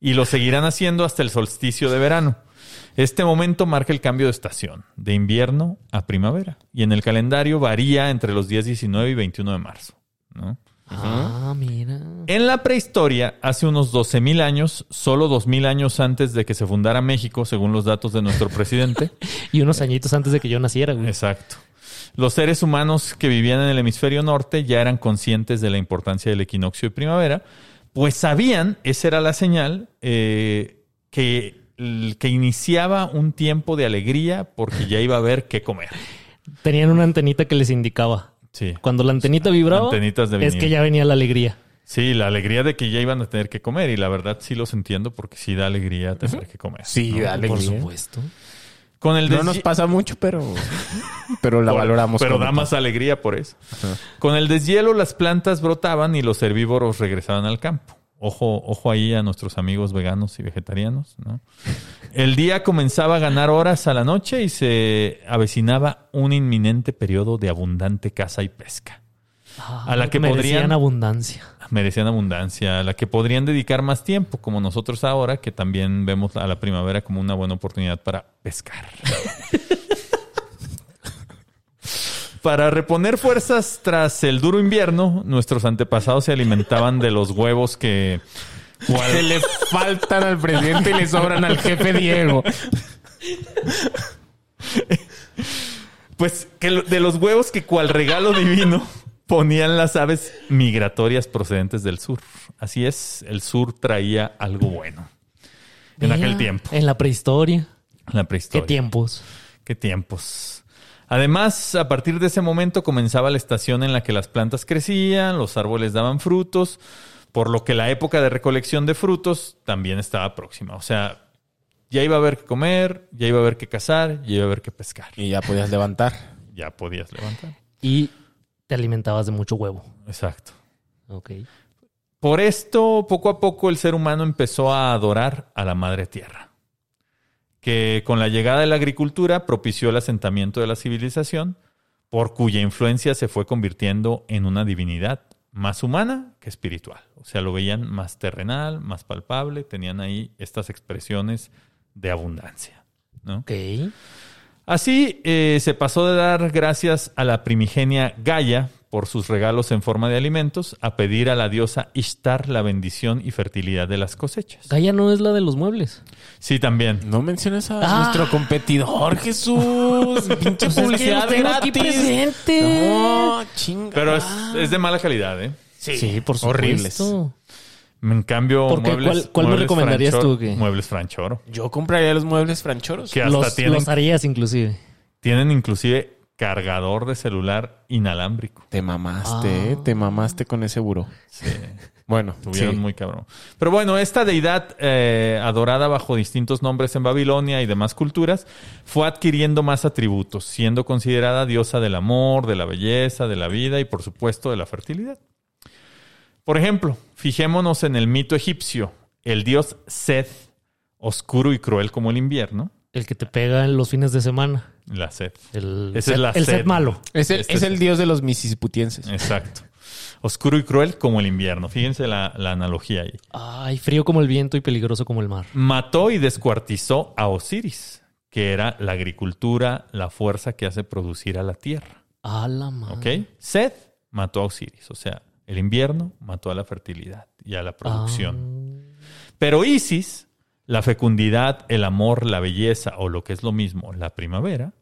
Speaker 1: y lo seguirán haciendo hasta el solsticio de verano. Este momento marca el cambio de estación, de invierno a primavera, y en el calendario varía entre los días 19 y 21 de marzo. ¿no?
Speaker 4: Ah, mira.
Speaker 1: En la prehistoria, hace unos 12.000 años, solo 2.000 años antes de que se fundara México, según los datos de nuestro presidente,
Speaker 4: Y unos añitos antes de que yo naciera, güey.
Speaker 1: Exacto. Los seres humanos que vivían en el hemisferio norte ya eran conscientes de la importancia del equinoccio de primavera, pues sabían, esa era la señal, eh, que, que iniciaba un tiempo de alegría porque ya iba a haber qué comer.
Speaker 4: Tenían una antenita que les indicaba.
Speaker 1: Sí.
Speaker 4: Cuando la antenita vibraba,
Speaker 1: Antenitas de
Speaker 4: es
Speaker 1: vinil.
Speaker 4: que ya venía la alegría.
Speaker 1: Sí, la alegría de que ya iban a tener que comer y la verdad sí los entiendo porque sí da alegría tener que comer.
Speaker 5: Sí, dale.
Speaker 4: Ah, Por
Speaker 5: bien.
Speaker 4: supuesto.
Speaker 1: Con el
Speaker 5: No
Speaker 1: desye-
Speaker 5: nos pasa mucho, pero, pero la
Speaker 1: Por-
Speaker 5: valoramos.
Speaker 1: Pero
Speaker 5: como
Speaker 1: da
Speaker 5: tal.
Speaker 1: más alegría por eso. Con el deshielo las plantas brotaban y los herbívoros regresaban al campo. Ojo, ojo ahí a nuestros amigos veganos y vegetarianos, ¿no? El día comenzaba a ganar horas a la noche y se avecinaba un inminente periodo de abundante caza y pesca.
Speaker 4: Ah,
Speaker 1: A la que
Speaker 4: merecían
Speaker 1: podrían-
Speaker 4: abundancia.
Speaker 1: Merecían abundancia, a la que podrían dedicar más tiempo, como nosotros ahora, que también vemos a la primavera como una buena oportunidad para pescar. Para reponer fuerzas tras el duro invierno, nuestros antepasados se alimentaban de los huevos que... cual-
Speaker 5: Se le faltan al presidente y le sobran al jefe Diego.
Speaker 1: Pues que lo- de los huevos que cual regalo divino ponían las aves migratorias procedentes del sur. Así es, el sur traía algo bueno. En
Speaker 4: Mira,
Speaker 1: aquel tiempo,
Speaker 4: En la prehistoria.
Speaker 1: en la
Speaker 4: ¿Qué
Speaker 1: prehistoria.
Speaker 4: tiempos?
Speaker 1: Qué tiempos. Además, a partir de ese momento comenzaba la estación en la que las plantas crecían, los árboles daban frutos, por lo que la época de recolección de frutos también estaba próxima. O sea, ya iba a haber que comer, ya iba a haber que cazar, ya iba a haber que pescar.
Speaker 5: Y ya podías levantar.
Speaker 1: Ya podías levantar.
Speaker 4: Y te alimentabas de mucho huevo.
Speaker 1: Exacto.
Speaker 4: Ok.
Speaker 1: Por esto, poco a poco el ser humano empezó a adorar a la madre tierra, que con la llegada de la agricultura propició el asentamiento de la civilización, por cuya influencia se fue convirtiendo en una divinidad más humana que espiritual. O sea, lo veían más terrenal, más palpable, tenían ahí estas expresiones de abundancia. ¿no?
Speaker 4: Ok.
Speaker 1: Así eh, se pasó de dar gracias a la primigenia Gaia por sus regalos en forma de alimentos a pedir a la diosa Ishtar la bendición y fertilidad de las cosechas.
Speaker 4: Gaia no es la de los muebles.
Speaker 1: Sí, también.
Speaker 5: No menciones a
Speaker 4: Ah.
Speaker 5: nuestro competidor, Jesús. Pinche
Speaker 4: Pues es que
Speaker 5: publicidad
Speaker 4: los tengo aquí
Speaker 5: gratis.
Speaker 4: presentes.
Speaker 5: No, chinga.
Speaker 1: Pero es, es de mala calidad, ¿eh?
Speaker 5: sí,
Speaker 4: por supuesto.
Speaker 5: horribles.
Speaker 1: En cambio,
Speaker 4: ¿Por qué?
Speaker 1: muebles-
Speaker 4: ¿Cuál- cuál me
Speaker 1: muebles
Speaker 4: recomendarías
Speaker 1: Franchor-
Speaker 4: tú que-
Speaker 1: Muebles Franchoro.
Speaker 5: Yo compraría los muebles franchoros.
Speaker 1: Que hasta
Speaker 4: Los,
Speaker 1: tienen,
Speaker 4: los harías inclusive.
Speaker 1: tienen inclusive cargador de celular inalámbrico.
Speaker 5: Te mamaste, eh,
Speaker 4: Ah.
Speaker 5: te mamaste con ese buró. Bueno,
Speaker 1: Tuvieron
Speaker 5: sí.
Speaker 1: muy cabrón. Pero bueno, esta deidad eh, adorada bajo distintos nombres en Babilonia y demás culturas fue adquiriendo más atributos, siendo considerada diosa del amor, de la belleza, de la vida y por supuesto de la fertilidad. Por ejemplo, fijémonos en el mito egipcio, el dios Seth, oscuro y cruel como el invierno,
Speaker 4: El que te pega en los fines de semana.
Speaker 1: la Seth.
Speaker 4: El,
Speaker 1: Esa es
Speaker 4: set-
Speaker 1: la
Speaker 4: el set
Speaker 1: sed.
Speaker 4: malo.
Speaker 5: Es el,
Speaker 1: Este
Speaker 5: es
Speaker 1: es-
Speaker 5: el Eh, dios de los misisiputienses.
Speaker 1: Exacto. Oscuro y cruel como el invierno. Fíjense la- la analogía ahí.
Speaker 4: Ay, frío como el viento y peligroso como el mar.
Speaker 1: mató y descuartizó a Osiris, que era la agricultura, la fuerza que hace producir a la tierra.
Speaker 4: A la madre.
Speaker 1: ¿Ok? Seth mató a Osiris, o sea, el invierno mató a la fertilidad y a la producción. Pero Isis, la fecundidad, el amor, la belleza o lo que es lo mismo, la primavera,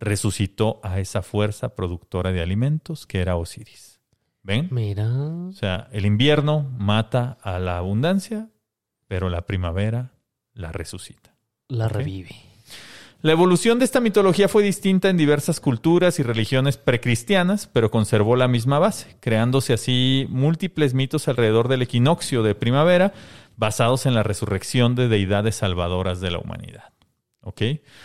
Speaker 1: resucitó a esa fuerza productora de alimentos que era Osiris. ¿Ven?
Speaker 4: Ah, mira.
Speaker 1: O sea, el invierno mata a la abundancia, pero la primavera la resucita.
Speaker 4: La revive.
Speaker 1: La evolución de esta mitología fue distinta en diversas culturas y religiones precristianas, pero conservó la misma base, creándose así múltiples mitos alrededor del equinoccio de primavera basados en la resurrección de deidades salvadoras de la humanidad. ¿Ok?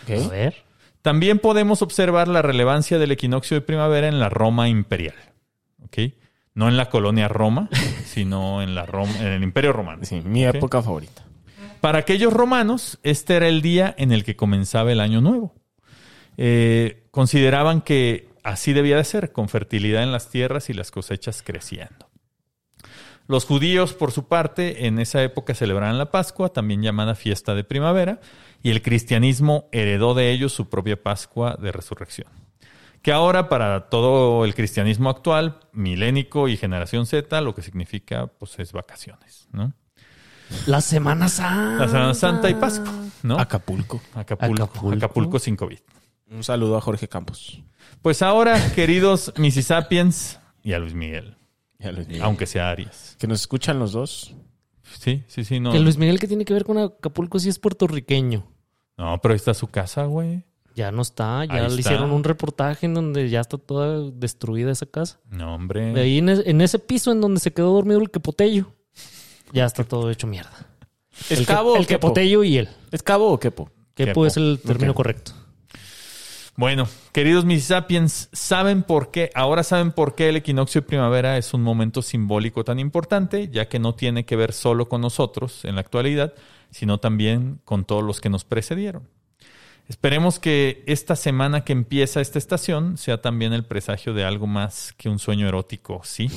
Speaker 4: A ver.
Speaker 1: También podemos observar la relevancia del equinoccio de primavera en la Roma imperial. ¿Ok? No en la colonia Roma, sino en, la Roma, en el Imperio Romano.
Speaker 5: Sí, mi
Speaker 1: Ok.
Speaker 5: época favorita.
Speaker 1: Para aquellos romanos, este era el día en el que comenzaba el año nuevo. Eh, consideraban que así debía de ser, con fertilidad en las tierras y las cosechas creciendo. Los judíos, por su parte, en esa época celebraban la Pascua, también llamada fiesta de primavera, y el cristianismo heredó de ellos su propia Pascua de resurrección. Que ahora para todo el cristianismo actual, milénico y generación Z, lo que significa pues es vacaciones, ¿no?
Speaker 4: La Semana Santa.
Speaker 1: La Semana Santa y Pascua, ¿no?
Speaker 5: Ah. Acapulco.
Speaker 1: Acapulco.
Speaker 4: Acapulco.
Speaker 1: Acapulco, sin COVID.
Speaker 5: Un saludo a Jorge Campos.
Speaker 1: Pues ahora, queridos Mississappiens y a Luis Miguel, aunque sea Aries.
Speaker 5: Que nos escuchan los dos.
Speaker 1: Sí, sí, sí, no.
Speaker 4: Que Luis Miguel que tiene que ver con Acapulco sí es puertorriqueño.
Speaker 1: No, pero ahí está su casa, güey.
Speaker 4: Ya no está, ya
Speaker 1: Ahí
Speaker 4: le
Speaker 1: está.
Speaker 4: hicieron un reportaje en donde ya está toda destruida esa casa.
Speaker 1: No, hombre.
Speaker 4: De ahí en, es- en ese piso en donde se quedó dormido el quepotello, ya está todo hecho mierda.
Speaker 5: ¿Es
Speaker 4: el que-
Speaker 5: cabo o
Speaker 4: el
Speaker 5: quepo?
Speaker 4: quepotello y él.
Speaker 5: ¿Es cabo o quepo?
Speaker 4: Quepo
Speaker 1: Quepo.
Speaker 4: es el término
Speaker 5: Ok.
Speaker 4: correcto.
Speaker 1: Bueno, queridos mis sapiens, ¿saben por qué? Ahora saben por qué el equinoccio de primavera es un momento simbólico tan importante, ya que no tiene que ver solo con nosotros en la actualidad, sino también con todos los que nos precedieron. Esperemos que esta semana que empieza esta estación sea también el presagio de algo más que un sueño erótico, sí,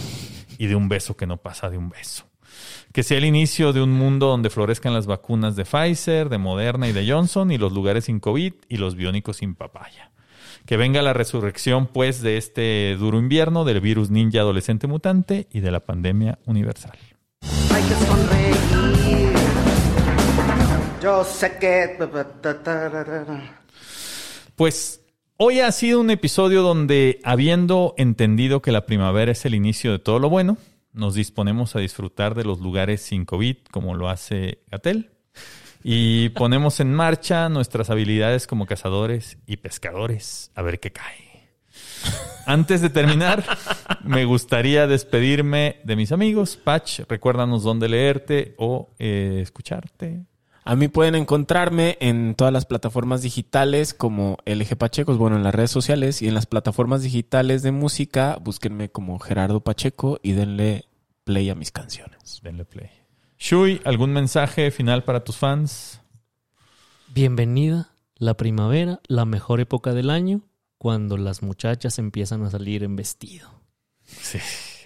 Speaker 1: y de un beso que no pasa de un beso. Que sea el inicio de un mundo donde florezcan las vacunas de Pfizer, de Moderna y de Johnson y los lugares sin COVID y los biónicos sin papaya. Que venga la resurrección, pues, de este duro invierno, del virus ninja adolescente mutante y de la pandemia universal.
Speaker 6: Hay que sonreír. Yo sé que. ta, ta, ta, ta, ta, ta.
Speaker 1: Pues hoy ha sido un episodio donde, habiendo entendido que la primavera es el inicio de todo lo bueno, nos disponemos a disfrutar de los lugares sin COVID, como lo hace Gatel, y ponemos en marcha nuestras habilidades como cazadores y pescadores, a ver qué cae. Antes de terminar, me gustaría despedirme de mis amigos. Patch, recuérdanos dónde leerte o eh, escucharte.
Speaker 5: A mí pueden encontrarme en todas las plataformas digitales como LG Pachecos, bueno, en las redes sociales y en las plataformas digitales de música, búsquenme como Gerardo Pacheco y denle play a mis canciones.
Speaker 1: Denle play. Shui, ¿algún mensaje final para tus fans?
Speaker 4: Bienvenida la primavera, la mejor época del año, cuando las muchachas empiezan a salir en vestido.
Speaker 1: Sí,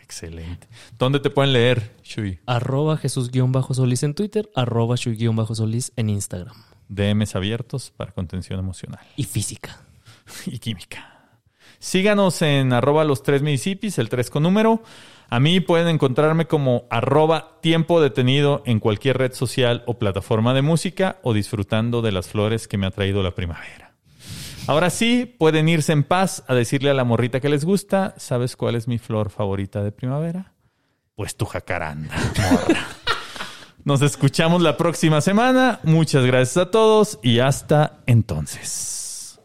Speaker 1: excelente. ¿Dónde te pueden leer, Shui?
Speaker 4: Arroba Jesús-Solís en Twitter, arroba Shui-Solís en Instagram.
Speaker 1: DMs abiertos para contención emocional
Speaker 4: Y física.
Speaker 1: y química. Síganos en arroba los tres municipios, el tres con número. A mí pueden encontrarme como arroba tiempo detenido en cualquier red social o plataforma de música o disfrutando de las flores que me ha traído la primavera. Ahora sí, pueden irse en paz a decirle a la morrita que les gusta, ¿sabes cuál es mi flor favorita de primavera? Pues tu jacaranda, morra. Nos escuchamos la próxima semana. Muchas gracias a todos y hasta entonces.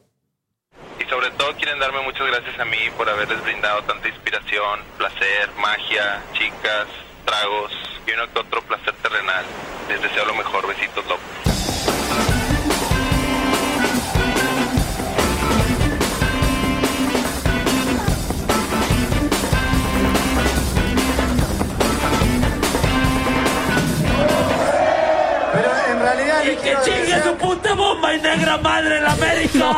Speaker 3: Y sobre todo quieren darme muchas gracias a mí por haberles brindado tanta inspiración, placer, magia, chicas, tragos y uno que otro placer terrenal. Les deseo lo mejor. Besitos, López.
Speaker 8: Pero en realidad. le quiero decir-
Speaker 9: puta bomba y negra madre en América!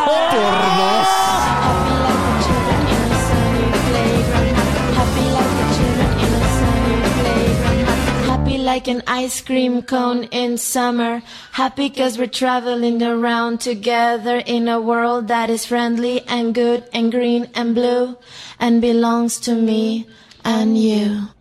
Speaker 2: Happy Like an ice cream cone in summer. Happy because we're traveling around together in a world that is friendly and good and green and blue and belongs to me and you.